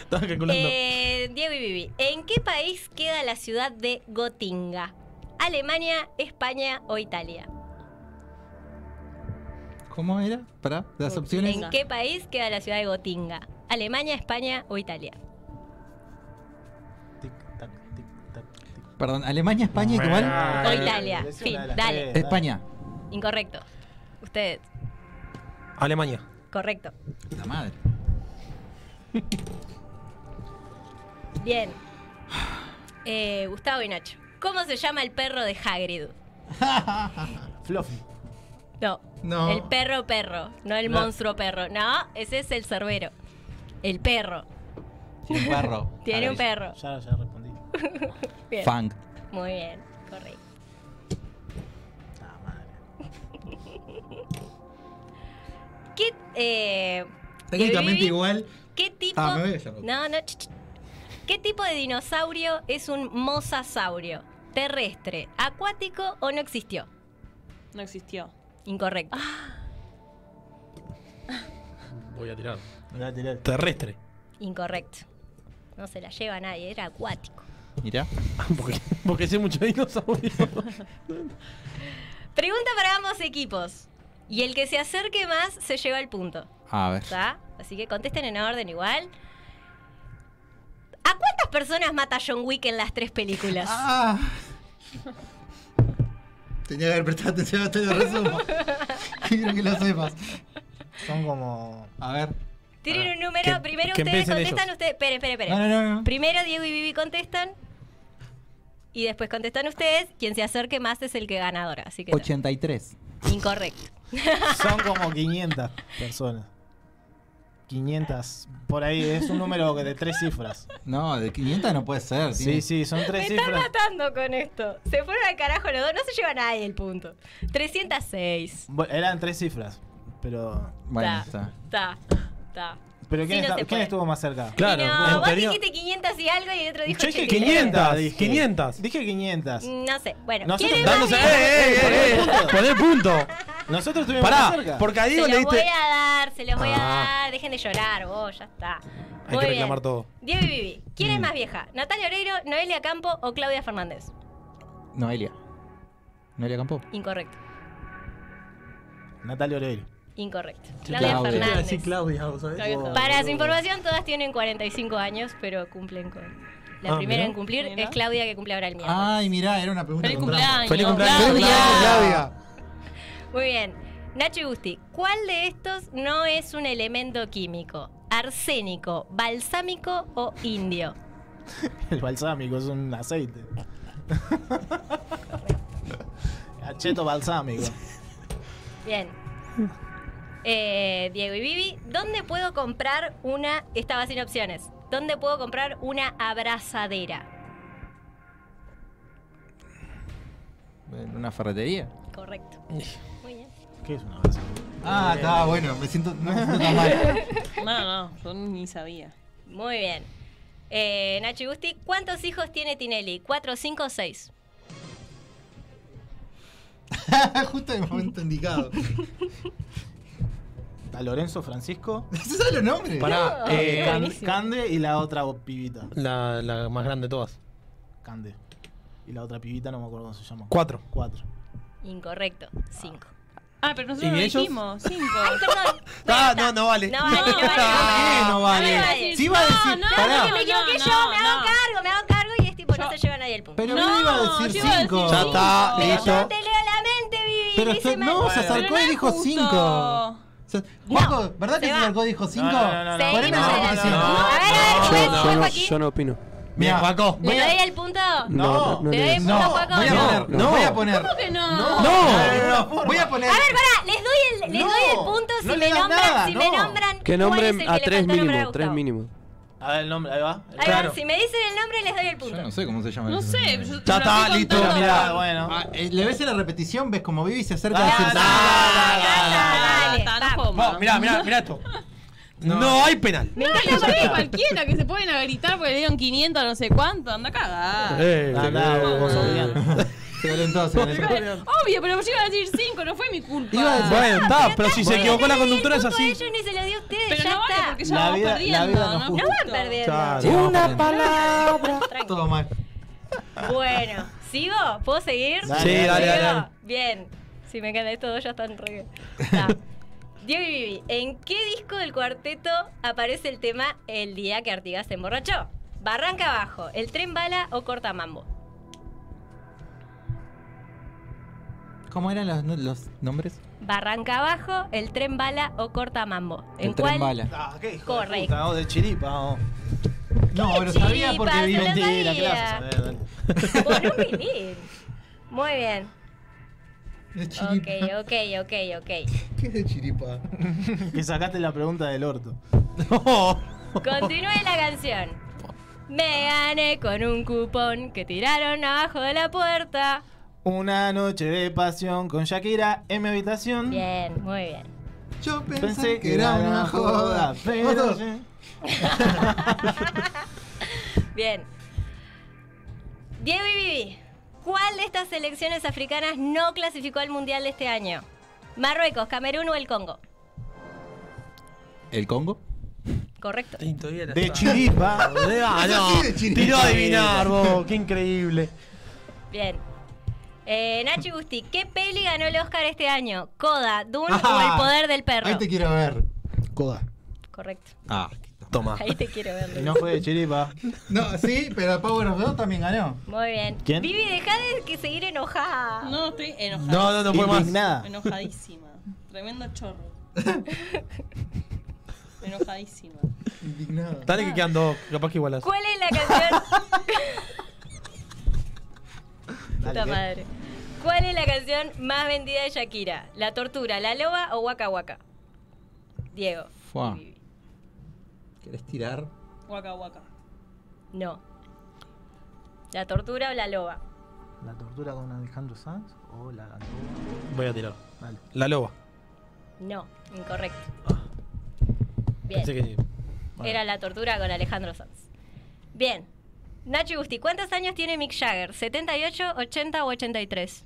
C: Estaba calculando.
I: Eh, Diego y Vivi, ¿en qué país queda la ciudad de Gotinga? ¿Alemania, España o Italia?
B: ¿Cómo era? Pará, las opciones.
I: ¿En qué país queda la ciudad de Gotinga? ¿Alemania, España o Italia?
D: Tic, tac, tic, tac, tic.
B: Perdón, Alemania, España y cuál?
I: O Italia.
D: Decí
I: Fin,
D: una de las
I: dale.
D: tres,
B: España.
I: Incorrecto. Ustedes,
C: Alemania.
I: correcto.
B: Puta madre.
I: Bien. Eh, Gustavo y Nacho, ¿cómo se llama el perro de Hagrid?
D: Fluffy.
I: No.
B: No.
I: El perro perro, no el
B: No.
I: monstruo perro. No, ese es el cerbero. El perro.
B: Tiene un perro.
I: Tiene un
B: Padre.
I: perro.
D: Ya, ya respondí.
I: Bien.
B: Fang.
I: Muy bien, correcto. ¿Qué, eh,
B: Técnicamente
I: ¿Vivi?
B: igual.
I: ¿Qué tipo?
B: Ah, me voy a llamar.
I: no, no. ch, ch. ¿Qué tipo de dinosaurio es un mosasaurio? ¿Terrestre, acuático o no existió?
E: No existió.
I: Incorrecto.
C: Voy a tirar.
D: Me la tiré.
C: Terrestre.
I: Incorrecto. No se la lleva nadie, era acuático.
B: Mirá.
C: porque, porque sé mucho de dinosaurios.
I: Pregunta para ambos equipos. Y el que se acerque más se lleva el punto.
B: A ver.
I: ¿Está? Así que contesten en orden igual. ¿A cuántas personas mata John Wick en las tres películas?
B: Ah. Tenía que haber prestado atención a este resumo. Quiero que lo sepas.
D: Son como.
B: A ver.
I: Tienen un número,
C: Ah. que-
I: primero
C: que
I: ustedes
C: empiecen
I: contestan,
C: ellos.
I: ustedes. Esperen, esperen,
B: No,
I: esperen.
B: no, no, no.
I: Primero Diego y Vivi contestan. Y después contestan ustedes. Quien se acerque más es el que ganadora. Así que. no.
B: 83.
I: Incorrecto.
D: Son como 500 personas. 500. Por ahí es un número que de tres cifras.
B: No, de 500 no puede ser.
D: Sí,
B: tiene-
D: sí, son
I: Me
D: tres
I: están
D: cifras.
I: matando con esto. Se fueron al carajo los dos. No se lleva nadie el punto. 306.
D: Bu- Eran tres cifras. Pero.
B: Bueno,
I: Ta.
B: está.
I: Está. Está.
D: Pero ¿quién,
I: Sí, no
D: está-
I: se
D: quién
I: puede.
D: estuvo más cerca?
C: Claro,
I: Y
C: en
I: no, vos
C: teoría-
I: dijiste 500 y algo y el otro dijo
D: Yo dije
I: 800.
C: 500,
D: dije.
C: 500.
D: Dije 500.
I: No sé, bueno.
D: Nosotros
I: ¿quieren más
C: Dándose. ¡Eh,
I: bien?
C: eh, eh! eh! ¡Poné el punto!
D: Nosotros estuvimos más
C: Pará,
D: cerca.
C: porque a
I: Se
C: Diego
I: los
C: le
I: voy
C: diste.
I: a dar, se los voy a
C: Ah.
I: dar. Dejen de llorar, vos, ya está.
C: Hay
I: Muy
C: que reclamar
I: bien.
C: todo.
I: Diego y Vivi, ¿quién
B: Mm.
I: es más vieja? ¿Natalia Oreiro, Noelia Campo o Claudia Fernández?
B: Noelia. Noelia Campo.
I: Incorrecto,
D: Natalia Oreiro.
I: incorrecto. Claudia,
B: Claudia. Iba
I: Fernández.
E: Claudia Fernández.
I: Para su información, todas tienen 45 años, pero cumplen con. La
C: Ah,
I: primera
C: mirá.
I: en cumplir
E: Mirá.
I: es Claudia, que cumple ahora el miércoles.
B: Ay, mirá, era una pregunta.
E: Feliz
B: con trampa.
E: cumpleaños.
C: Feliz cumpleaños,
E: Claudia.
C: Claudia.
B: Ah.
I: Muy bien. Nacho y Gusti, ¿cuál de estos no es un elemento químico? ¿Arsénico, balsámico o indio?
D: El balsámico es un aceite. Acheto balsámico.
I: Bien. Eh, Diego y Vivi, ¿dónde puedo comprar una... Estaba sin opciones. ¿Dónde puedo comprar una abrazadera?
B: ¿En una ferretería?
I: Correcto. Muy bien.
D: ¿Qué es una balsámico?
B: Ah, está bueno, me siento, no me siento tan mal.
E: No, no, yo ni sabía.
I: Muy bien. Eh, Nacho y Gusti, ¿cuántos hijos tiene Tinelli? ¿Cuatro, cinco o seis?
B: Justo en el momento indicado.
D: A Lorenzo Francisco.
B: ¿Se sabe los nombres?
C: Pará, eh,
D: Can-
E: buenísimo.
D: Cande y la otra pibita.
C: la, la más grande de todas.
D: Cande. Y la otra pibita no me acuerdo cómo se llama.
C: Cuatro.
D: Cuatro.
I: Incorrecto. Cinco.
E: Ah, pero nosotros
J: ¿Y
E: lo
J: ellos?
E: dijimos. Cinco.
I: Ay, perdón. Bueno,
J: Ah,
I: está.
J: no, no vale.
I: No vale, no vale, no
J: Ah,
I: vale.
J: no
I: No iba a
J: vale.
I: decir-
J: Sí va a
E: no,
J: decir.
E: no,
J: pará.
I: Me equivoqué
E: No,
I: yo, me
E: no,
I: hago
E: no.
I: cargo, me hago cargo y es tipo, no se lleva nadie el punto.
B: Pero
E: No,
B: no, iba a decir
E: yo iba a decir
B: 5.
J: Ya está,
I: Pero
J: listo.
I: yo te leo la mente, Vivi.
B: Pero
I: dice
B: esto-
I: Mar-
B: no, se acercó
D: Bueno.
E: Pero
B: y
E: no
B: dijo
E: es justo.
B: 5. Juaco, ¿verdad que
I: se
B: se
I: va.
B: acercó y dijo 5?
D: no, no, no.
I: Seguimos
B: Poneme la
I: adelante.
B: canción.
I: A ver, a ver, ¿qué voy a
F: Yo,
I: decir,
F: yo no,
I: Joaquín?
F: yo no opino.
J: Bien, Juaco.
I: ¿Le doy el punto?
F: No, no, no,
I: ¿Le doy
F: le-
I: el punto,
B: No,
I: Joaco?
B: voy a poner,
F: No.
B: no, voy a poner.
E: ¿Cómo que no?
B: No, no, no, voy a poner.
I: A ver, pará, les doy el, les
B: No,
I: doy el punto si
B: no le
I: me
B: das
I: nombran,
B: nada,
I: si
B: no.
I: me nombran.
F: Que
I: cuál es el
F: nombren
I: que
F: a
I: le
F: tres
I: faltó nombrar a
F: mínimo, tres
I: Gustavo.
F: mínimo.
D: A ver el nombre, ahí va.
I: Ahí va, si me dicen el nombre les doy el punto.
B: Yo no sé cómo se llama.
E: No
B: ese
E: sé.
B: señor.
E: Yo
J: Ya está,
E: rompí
J: listo,
E: con todo.
J: mirá.
D: Ah, bueno.
B: Ah, eh, le ves en la repetición, ves como Vivi se acerca a
D: Ah,
B: decir
D: no,
B: "Ah".
E: Ah,
I: Dale,
E: está,
I: vamos.
E: no
J: Vos,
E: coma.
J: mirá, mirá, mirá esto. No hay penal.
E: No, le parece a cualquiera que se pueden a gritar porque le dieron 500 no sé cuánto, anda cagada.
C: Eh, Ah,
D: Andá, vos, vos, Adrián.
B: Se calentó, se calentó.
E: Obvio, pero yo iba a decir 5, no fue mi culpa.
B: Iba a decir-
J: Bueno, está, pero si se
I: Bueno,
J: equivocó la
I: no le di el
J: conductora es
I: punto
J: así.
I: A ellos ni se lo di a ustedes,
E: pero
I: ya
E: no vale
I: está.
E: porque ya
D: La
E: vamos
D: vida- la
E: perdiendo.
D: vida no
E: es
D: justa.
I: No van
E: justo.
I: perdiendo.
B: Sí, vamos
J: Una
B: poniendo.
J: palabra.
I: Tranqui.
B: Todo mal.
I: Bueno, ¿sigo? ¿Puedo seguir?
D: Dale,
J: Sí, dale, dale,
I: ¿Sigo?
J: dale.
I: Bien. Si me encanta estos dos ya están re bien. Está. Diego y Vivi, ¿en qué disco del cuarteto aparece el tema El día que Artigas se emborrachó? ¿Barranca abajo? ¿El tren bala o cortamambo?
B: ¿Cómo eran los, los nombres?
I: ¿Barranca abajo? ¿El tren bala o cortamambo? ¿En
J: El tren
I: cuál?
J: bala.
D: Ah, qué hijo de
I: Correcto.
D: puta, vamos de chiripa, vamos.
B: No, lo sabía porque
I: chiripas,
B: Vivi.
I: no lo
D: Mentira, ¿qué le vas a
I: sabía.
D: saber? Dale.
I: Por un vinil. Muy bien.
B: Es chiripa.
I: Ok, ok, ok, ok.
B: ¿Qué es de chiripa?
D: Que sacaste la pregunta del orto.
I: Continúe la canción. Me gané con un cupón que tiraron abajo de la puerta.
D: Una noche de pasión con Shakira en mi habitación.
I: Bien, muy bien.
B: Yo pensé,
D: Pensé que era una joda, pero...
B: Otro.
I: Bien. Diego y Vivi, ¿cuál de estas selecciones africanas no clasificó al Mundial de este año? ¿Marruecos, Camerún o el Congo?
B: ¿El Congo?
I: Correcto.
D: De chiripa.
C: Eh,
J: Ah, no. Tiró a adivinar, vos. Qué increíble.
I: Bien. Eh, Nacho y Gusti, ¿qué peli ganó el Oscar este año? ¿Coda, Dune
B: Ah,
I: o El Poder del Perro?
B: Ahí te quiero ver.
C: Coda.
I: Correcto.
B: Ah.
J: Toma.
I: Ahí te quiero ver.
D: Y no fue de chiripa.
B: No, sí, pero Power of Dog también ganó.
I: Muy bien.
D: ¿Quién?
I: Vivi, deja de que seguir enojada.
E: No, estoy enojada.
J: No, no, no fue más.
D: Indignada.
E: Enojadísima. Tremendo chorro. Enojadísima.
B: Indignado.
J: Dale que quedan dos. Capaz que igualas.
I: ¿Cuál es la canción? Puta
D: Dale, ¿qué?
I: madre. ¿Cuál es la canción más vendida de Shakira? ¿La tortura, la loba o Waka Waka? Diego.
B: Fua.
I: Vivi.
B: ¿Querés tirar?
E: Guaca, guaca.
I: No. ¿La tortura o la loba?
D: ¿La tortura con Alejandro Sanz? ¿O la
J: Voy a tirar.
D: Dale.
J: La loba.
I: No, incorrecto. Bien.
J: Pensé que.
I: Era la tortura con Alejandro Sanz. Bien. Nacho y Gusti, ¿cuántos años tiene Mick Jagger? ¿78, 80 o 83?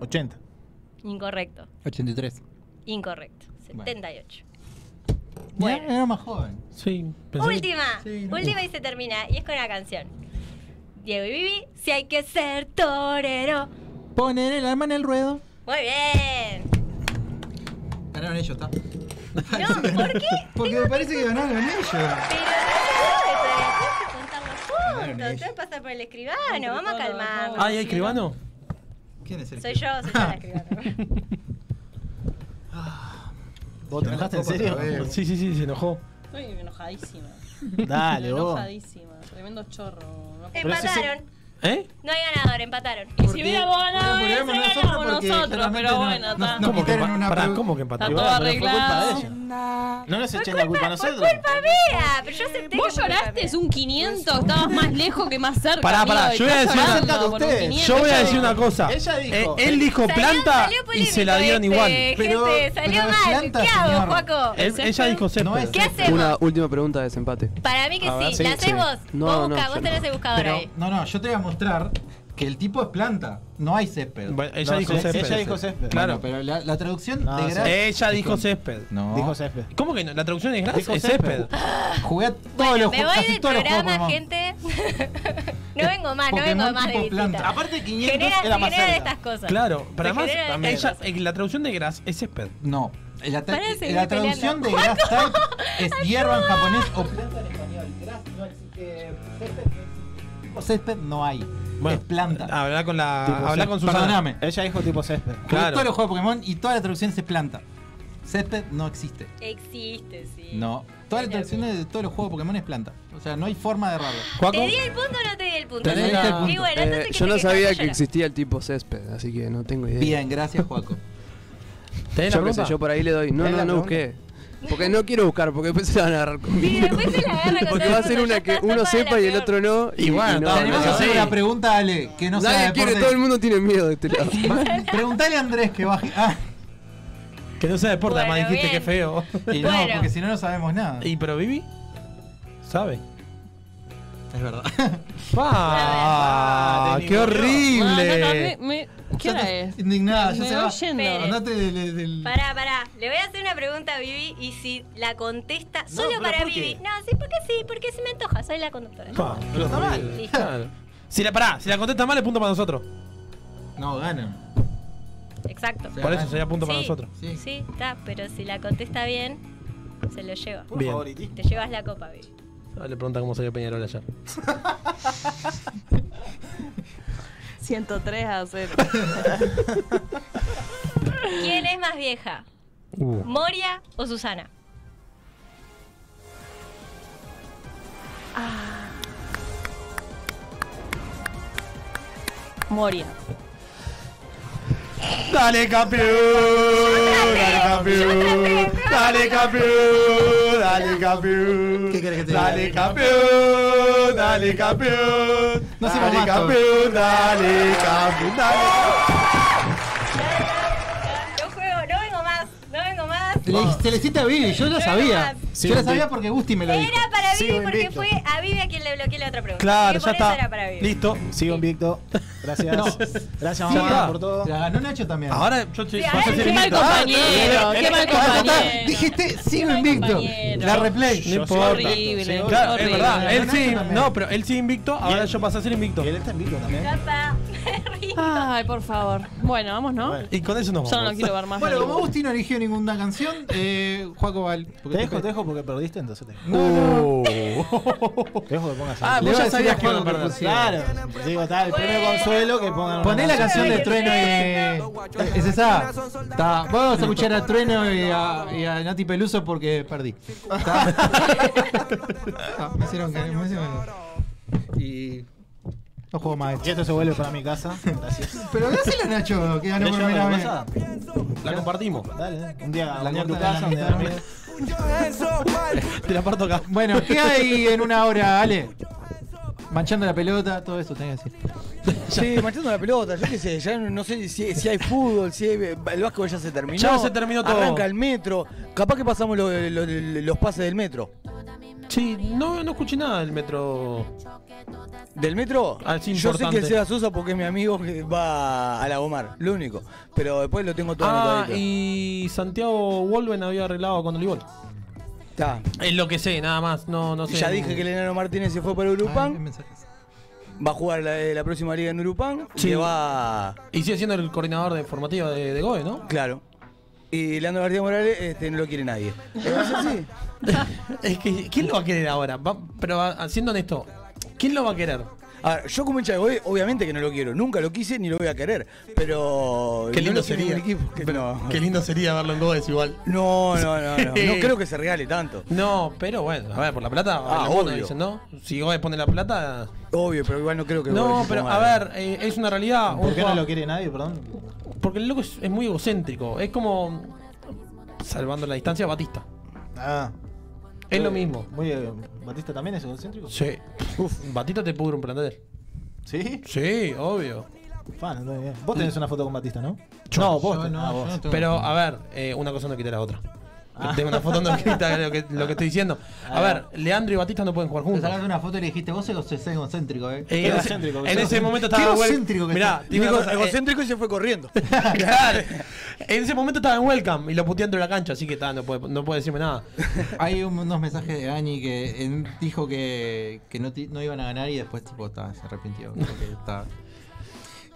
D: 80.
I: Incorrecto.
B: 83.
I: Incorrecto. 78.
B: Bueno. Era más joven.
J: Sí, pensé. que-
I: Última,
B: Sí, no.
I: última y se termina. Y es con una canción. Diego y Vivi, si hay que ser torero.
B: Poner el arma en el ruedo.
I: Muy bien.
B: Ganaron ellos, ¿está?
I: No, ¿por qué?
B: Porque me parece que ganaron ellos.
I: Pero no se puede, todavía tenés que contar los
B: Claro,
I: puntos. Tenés que pasar por el escribano. Vamos a calmarnos.
J: Ay, ¿hay Ah, escribano?
B: ¿Quién es el
I: Soy
B: que-
I: yo, soy yo la escribano.
D: ¿Vos te enojaste en
B: Otra
D: serio?
B: vez.
J: Sí, sí, sí, se enojó.
E: Estoy enojadísima.
D: Dale, vos.
E: enojadísima. Tremendo chorro. No puedo-
I: Empataron.
J: ¿eh?
I: No hay ganador, empataron.
E: Y
B: ¿Por
E: si
B: qué?
E: hubiéramos ganado,
B: Pero
E: eso
B: podríamos
E: ganamos
B: porque
E: nosotros.
B: claramente
E: Pero
B: no-
E: bueno,
B: no-
E: está.
B: no-
J: ¿Cómo que,
B: quitaron
J: empa-
B: una
J: pará,
B: pre-
J: ¿Cómo que
E: Está
J: empató?
D: Y
E: todo
D: bueno, pero fue culpa de
E: arreglado.
D: ella. No nos
I: Fue
D: echen la culpa a
I: culpa, fue
D: nosotros.
I: culpa mía. Pero yo acepté
E: Vos
I: que fue culpa
E: lloraste,
I: mía.
E: es un 500. Estabas más lejos que más cerca.
J: Pará, pará,
E: amigo, y
J: yo voy a
E: estás
J: decir una-
D: Acerca
E: llorando
D: de
E: por un
D: ustedes.
E: 500.
J: Yo voy a decir una cosa.
D: Ella dijo-
J: Eh, él dijo
I: Salió-
J: planta
I: salió
J: y
I: polémico
J: se la dieron
I: este,
J: igual.
B: Pero-
I: gente, salió
B: pero es
I: mal.
B: planta,
I: ¿Qué hago,
B: señor.
I: Juaco?
J: Él- ella dijo
B: No
J: césped.
B: es
I: ¿Qué hacemos?
F: Una última pregunta de desempate.
I: Para mí que
D: A ver,
I: sí.
D: sí,
I: la haces
F: sí.
I: vos.
F: No,
I: vos
F: no,
I: buscás,
F: yo
I: vos
F: no.
I: tenés el buscador
B: Pero,
I: ahí.
B: no, no, yo te voy a mostrar que el tipo es planta, no hay césped.
C: Bueno, eh, ella dijo césped.
D: Ella dijo césped.
B: Claro, pero la, la traducción
D: No,
B: de
D: sí.
B: gra-
C: Ella
B: es
C: dijo
B: con-
C: césped.
B: No.
D: Dijo césped.
C: ¿Cómo que no? La traducción es gratis.
D: Dijo
C: Es
D: césped.
C: césped.
B: Jugué a todos
I: Bueno,
B: los
I: me
B: juegos,
I: voy
B: casi
I: del
B: todos los juegos
I: programa,
B: Pokémon.
I: gente. no vengo más, no
B: Pokémon
I: vengo más de
B: tipo planta.
I: visita.
D: Aparte, 500
I: Genera,
D: era más
I: genera de
D: cerca.
I: estas cosas.
C: Claro, pero
I: Se
C: además
I: genera de
C: también
I: estas
C: ella-
J: eh,
C: la traducción de gras es césped.
B: No. La, tra-
I: Pará de seguir
B: la traducción
I: peleando.
B: de grass type es hierba en japonés o planta en español. Grass no existe. Césped no existe. O Césped no hay. es
I: Ah,
B: planta.
J: Ah,
C: Habla con la.
D: Tipo
C: habla
D: césped.
C: con Susana.
B: ah, Perdóname.
D: Ella dijo tipo césped.
B: Jugué
C: claro.
B: todos los juegos de Pokémon y toda la traducción es planta. Césped no existe.
I: Existe, sí.
B: No. Toda la
I: Era
B: traducción de todos los juegos de Pokémon es planta. O sea, no hay forma de errarlo.
I: ¿Te di el punto o no te di el punto?
B: Tenés el punto.
I: Y bueno, entonces
F: Eh,
I: que
F: yo
I: te
F: no
I: quejes,
F: sabía que
I: llora.
F: existía el tipo césped, así que no tengo idea.
B: Bien, gracias, Juaco.
C: ¿Tenés
F: Yo
C: la
F: qué sé,
C: pregunta?
F: yo por ahí le doy. No,
C: ¿Tenés
F: no,
C: la
F: no busqué. Porque no quiero buscar, porque después se van a agarrar
I: Sí,
F: conmigo.
I: después se la agarra con
F: Porque
I: todo
F: va a
I: el
F: ser
I: mundo,
F: una
I: ya
F: que
I: está,
F: uno
I: sos para
F: sepa y el
I: peor.
F: otro no. Y,
C: bueno,
F: no,
B: Tenemos
F: no,
B: que
F: no.
B: hacer una pregunta, Ale, que no
F: Nadie
B: sabe
F: quiere, todo el mundo tiene miedo de este lado.
B: Preguntale a Andrés que baje. Ah,
C: Que no sea deporte,
I: Bueno,
C: además dijiste
I: bien.
C: que feo.
B: y no,
I: Bueno.
B: porque si no, no sabemos nada.
C: ¿Y pero Vivi? ¿Sabe?
B: Es verdad.
C: ¡Ah! ¡Qué horrible!
E: No, no, no, me- me- ¿Qué
B: Ya
E: hora
B: te-
E: es?
B: Indignada, ya
E: Me
B: se
E: voy
B: va.
E: yendo.
B: Andate del- del- del-
I: Pará, pará. Le voy a hacer una pregunta a Vivi y si la contesta solo
D: pero
I: para
D: ¿por qué?
I: Vivi. No, sí, porque sí, porque se me antoja. Soy la conductora.
C: Pa,
D: Pero está mal.
I: Listo.
C: claro. Si la pará, si la contesta mal es punto para nosotros.
B: No, ganan.
I: Exacto.
B: Sí.
C: Por eso sería punto para
I: Sí.
C: nosotros.
B: Sí.
I: Sí, está, pero si la contesta bien, se lo lleva.
D: Por
C: Bien.
D: favoritismo.
I: Te llevas la copa, Vivi.
C: Ah, Le pregunta cómo salió Peñarol ayer.
E: 103 a 0.
I: ¿Quién es más vieja? ¿Moria o Susana?
E: Ah. Moria.
C: Dale campeón, dale campeón, dale campeón, dale campeón.
B: ¿Qué querés que te diga?
C: Dale campeón, dale campeón.
B: No se
C: dale
B: va más,
C: campeón, dale campeón, dale.
I: No juego, no vengo más, no vengo más.
B: Le- se le cita a Vivi, yo la
I: Yo
B: sabía.
I: no
B: Yo la sabía porque Gusti me lo dijo.
I: Era para Vivi
D: Sigo
I: porque
D: invicto.
I: fue a Vivi a quien le bloqueé la otra pregunta.
C: Claro,
I: Así que
C: ya
I: por eso era para
C: está.
I: Vivi.
C: Listo.
D: Sigo invicto. Gracias.
B: No.
D: Gracias,
B: Sí,
D: mamá,
B: está.
D: por todo.
B: La ganó Nacho también.
C: Ahora yo te
I: Sí,
C: vas a
I: ahora
C: hacer
I: sí.
E: Qué mal
C: invicto.
E: compañero, qué mal
B: Ah, total,
E: compañero.
B: Dijiste, sigo
E: Qué
B: invicto.
E: compañero.
B: La replay.
C: No
E: Qué
C: importa.
E: horrible,
C: Claro, es
E: horrible.
C: verdad. Él
B: Ganó
C: sí,
B: Nacho también.
C: no, pero él sí invicto, ahora yo pasé a ser invicto.
D: Y él está invicto también.
I: Capa, me río.
E: Ay, por favor. Bueno, vamos, ¿no?
D: Bueno.
C: Y con eso nos
E: Yo no
C: vamos.
E: lo quiero ver más.
B: Bueno,
E: la
B: como
E: luz.
B: Gusti no eligió ninguna canción, eh, Juaco Val.
D: Te dejo, te dejo porque perdiste, entonces te dejo.
C: Oh.
D: Te dejo que pongas
B: Uh. Ah,
D: ahí.
B: vos
D: Le
B: ya
D: voy
B: sabías
D: a decir
B: que
D: a
B: iba a
D: Juan
B: perder.
D: Claro. Digo, tal, el primer consuelo que pongan.
B: Poné la
D: una
B: canción de
I: Ay,
B: Trueno y. ¿Es esa? Está. Vamos a escuchar a Trueno y a, y a Nati Peluso porque perdí. Está. Ah, me hicieron que. Me hicieron... Y. No juego más.
D: Y esto se vuelve para mi casa. Gracias.
B: Pero dásela a Nacho, que ganó
D: ¿Querés
B: por
D: llevarla
B: primera
D: a tu
B: vez.
D: casa?
C: La compartimos.
D: Dale, dale. un día,
B: La
D: un día en tu
B: corta de la
D: casa, un día
B: mitad,
D: dormido.
C: Te la parto acá.
B: Bueno, ¿qué hay en una hora, Ale? Manchando la pelota, todo eso tenés que decir.
G: Sí, manchando la pelota, yo qué sé, ya no, no sé si, si hay fútbol, si hay, el básquetbol ya se terminó.
C: Ya se terminó todo.
G: Arranca el metro, capaz que pasamos lo- lo- lo- los pases del metro.
C: Sí, no, no escuché nada del metro.
G: ¿Del metro?
C: Ah, es
G: yo sé que
C: importante.
G: el Seba Sosa porque es mi amigo que va a la Gomar, lo único. Pero después lo tengo todo
C: Ah,
G: anotadito.
C: y Santiago Wolven había arreglado con Olivol.
G: Está.
C: Es lo que sé, nada más. No, no sé. Ah,
G: Ya dije que el enano Martínez se fue para Urupán, va a jugar la, eh, la próxima liga en Urupán,
C: Sí.
G: que va...
C: Y sigue siendo el coordinador de formativa de, de GOE, ¿no?
G: Claro. Y Leandro García Morales este, no lo quiere nadie. Eh, va a ser así.
C: es que, ¿quién lo va a querer ahora? Va- pero va- siendo honesto, ¿quién lo va a querer?
G: A ver, yo como hincha de Godoy, obviamente que no lo quiero. Nunca lo quise ni lo voy a querer. Pero.
C: Qué
G: no
C: lindo
G: lo quiere
C: sería.
G: un equipo que- no.
C: Qué lindo sería verlo en GOE es igual.
G: no, no, no, no. No creo que se regale tanto.
C: No, pero bueno, a ver, por la plata,
G: Ah,
C: la mona,
G: obvio.
C: dicen, ¿no? Si GOE pone la plata.
G: Obvio, pero igual no creo que. Godoy
C: No,
G: se
C: pero
G: ponga
C: a
G: mal.
C: ver, eh, es una realidad.
D: ¿Por
C: Un
D: qué no
C: jugador-
D: lo quiere nadie, perdón?
C: Porque el loco es, es muy egocéntrico. Es como. Salvando la distancia, Batista.
D: Ah.
C: Es lo mismo.
D: Muy, eh, ¿Batista también es egocéntrico?
C: Sí. Uf, Batista te pudre un plantel.
D: ¿Sí?
C: Sí, obvio.
D: Fan, no tengo idea. Vos tenés una foto con Batista, ¿no?
C: no, vos.
B: no,
D: Ah, vos.
B: yo no tengo- Ah.
C: Pero, a ver, eh, una cosa no quita la otra. Tengo una foto donde grita lo que, lo que estoy diciendo. A ver, Leandro y Batista no pueden jugar
B: Te
C: juntos.
B: sacaste una foto y le dijiste, vos sos egocéntrico, eh.
C: Eh, en ese-
D: egocéntrico que
C: en
D: sos.
C: ese momento
B: Qué
C: estaba. Wel-
B: egocéntrico que
C: Mirá,
B: sos.
C: tiene
G: Digo,
C: una
A: eh,
C: cosa-
G: egocéntrico y se fue corriendo.
C: Claro. En ese momento estaba en Welcome y lo puteé dentro de la cancha, así que ta, no, puede, no puede decirme nada.
B: Hay un- unos mensajes de Ani que en- dijo que, que no, ti- no iban a ganar y después tipo está, se arrepintió. como que está.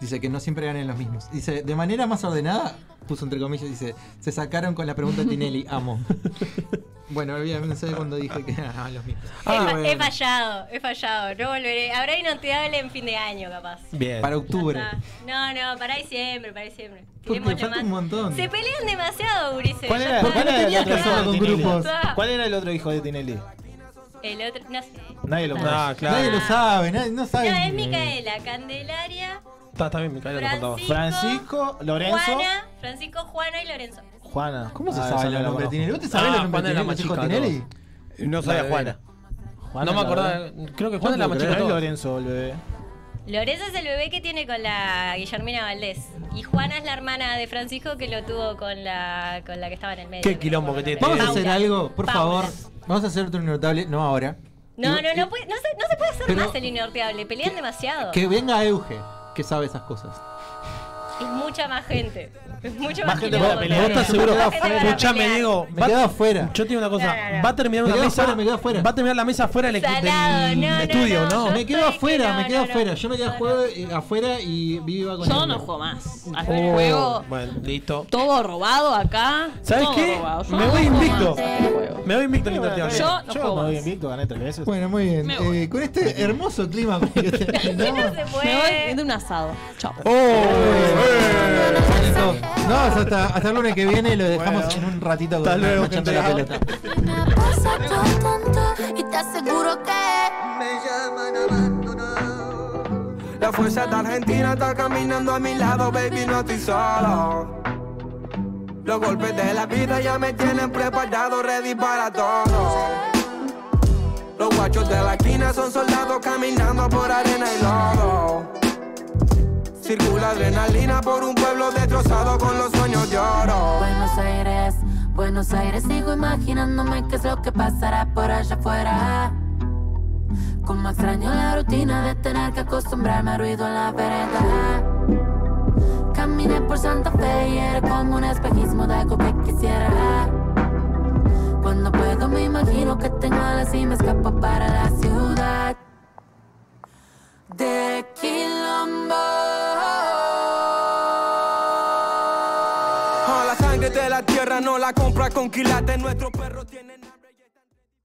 B: Dice que no siempre ganan los mismos. Dice, de manera más ordenada, puso entre comillas, dice, se sacaron con la pregunta Tinelli, amo. bueno, olvídense cuando dije que ganaban los mismos.
I: he, fa-
B: bueno.
I: he fallado, he fallado. No volveré. Habrá inauntable E en fin de año, capaz.
C: Bien.
B: Para octubre.
I: Ya está. No, no, para diciembre, para diciembre.
B: Porque
I: Tiremos
B: falta
I: más.
B: un montón.
I: Se pelean demasiado, Ulises.
D: ¿Cuál
I: Este,
D: era,
I: Ya está,
D: cuál
I: ya
D: era el
I: está,
D: otro
I: ya
D: hijo
I: está.
D: de Tinelli?
B: grupos.
D: ¿Cuál era el otro hijo de Tinelli?
I: El otro, no sé.
D: Nadie lo
I: Ah.
D: conoce.
C: Ah, claro.
B: Nadie lo sabe, nadie no
I: No,
B: sabe.
I: es Micaela, Candelaria,
C: Está, está bien, Micaela, no faltaba.
I: Francisco,
D: Francisco, Lorenzo.
I: Juana, Francisco, Juana y Lorenzo.
D: Juana.
B: ¿Cómo se
D: Ah, esa
B: sabe
D: no
B: el
D: la
B: nombre de
D: conozco.
B: Tinelli? ¿Vos te sabés
C: Ah,
B: el nombre
C: Juana
B: de
C: era
B: Tinelli?
C: más
B: los hijos de
C: chica,
B: Tinelli?
G: No sabía Juana.
D: Juana
C: no me
D: es la
C: acordaba.
D: verdad.
C: Creo que Juan es la más
D: Pero
C: chica de
D: es
C: todas.
D: Lorenzo, el bebé.
I: Lorenzo es el bebé que tiene con la Guillermina Valdés. Y Juana es la hermana de Francisco que lo tuvo con la, con la que estaba en el medio.
C: Qué
I: que no
C: quilombo
I: me acuerdo
C: que
I: el
B: Vamos
I: nombre.
B: a hacer
I: Paula.
B: algo, por
I: Paula.
B: favor. Vamos a hacer otro notable, no ahora.
I: No, no, no, puede- no, se, no se puede hacer
B: Pero-
I: más el inorteable. Pelean demasiado.
B: Que venga Euge, que sabe esas cosas.
I: Es mucha más gente. Es mucho
D: Más
I: más,
D: gente
I: quilombo
D: para pelear.
I: todavía.
C: Vos estás seguro.
I: Más gente para
C: Escuchame,
I: pelear.
C: Diego.
B: Me
C: va-
B: quedo afuera.
C: Yo te digo una cosa.
I: No, no, no.
C: Va a
B: Me
C: terminar una
B: quedo
C: mesa.
B: afuera, me quedo afuera.
C: Va a terminar la mesa afuera del, equi-
I: Salado,
C: del
I: no, no,
C: estudio,
I: no,
C: ¿no?
B: Me
I: yo-
B: quedo
I: estoy que
B: afuera,
I: no,
B: me quedo
I: no, no.
B: afuera. Yo me quedo afuera, afuera y viva con
E: Yo
B: él.
E: no juego más.
C: Oh,
E: Al juego
C: Bueno, listo.
E: todo robado acá.
C: ¿Sabes
E: todo
C: qué?
E: robado. Yo
C: Me
E: no
C: voy
E: juego
C: invicto.
E: más al juego.
C: Me voy invicto al Inter Teatro.
E: Yo no
D: yo
E: juego
D: me voy
E: más.
D: invicto, gané tres veces.
B: Bueno, muy bien.
E: Me voy.
B: Eh, con este hermoso clima que
I: Sí,
B: terminamos.
I: no se
E: Me voy de
I: puede.
E: un asado. Chao.
B: Bueno, No, hasta, hasta el lunes que viene lo dejamos en un ratito con
C: Hasta luego,
B: machando la
C: gente.
B: pelota.
K: Me pasa todo tonto y te aseguro que me llaman abandonado.
L: La fuerza de Argentina está caminando a mi lado, baby, no estoy solo. Los golpes de la vida ya me tienen preparado, ready para todo. Los guachos de la esquina son soldados caminando por arena y lodo. Circula adrenalina por un pueblo destrozado con los sueños de oro.
K: Buenos Aires, Buenos Aires, sigo imaginándome qué es lo que pasará por allá afuera. Como extraño la rutina de tener que acostumbrarme a ruido en la vereda. Caminé por Santa Fe y era como un espejismo de algo que quisiera. Cuando puedo me imagino que tengo alas y me escapo para la ciudad. De Quilombo.
L: Oh, la sangre de la tierra no la compra con quilates, nuestros perros tienen...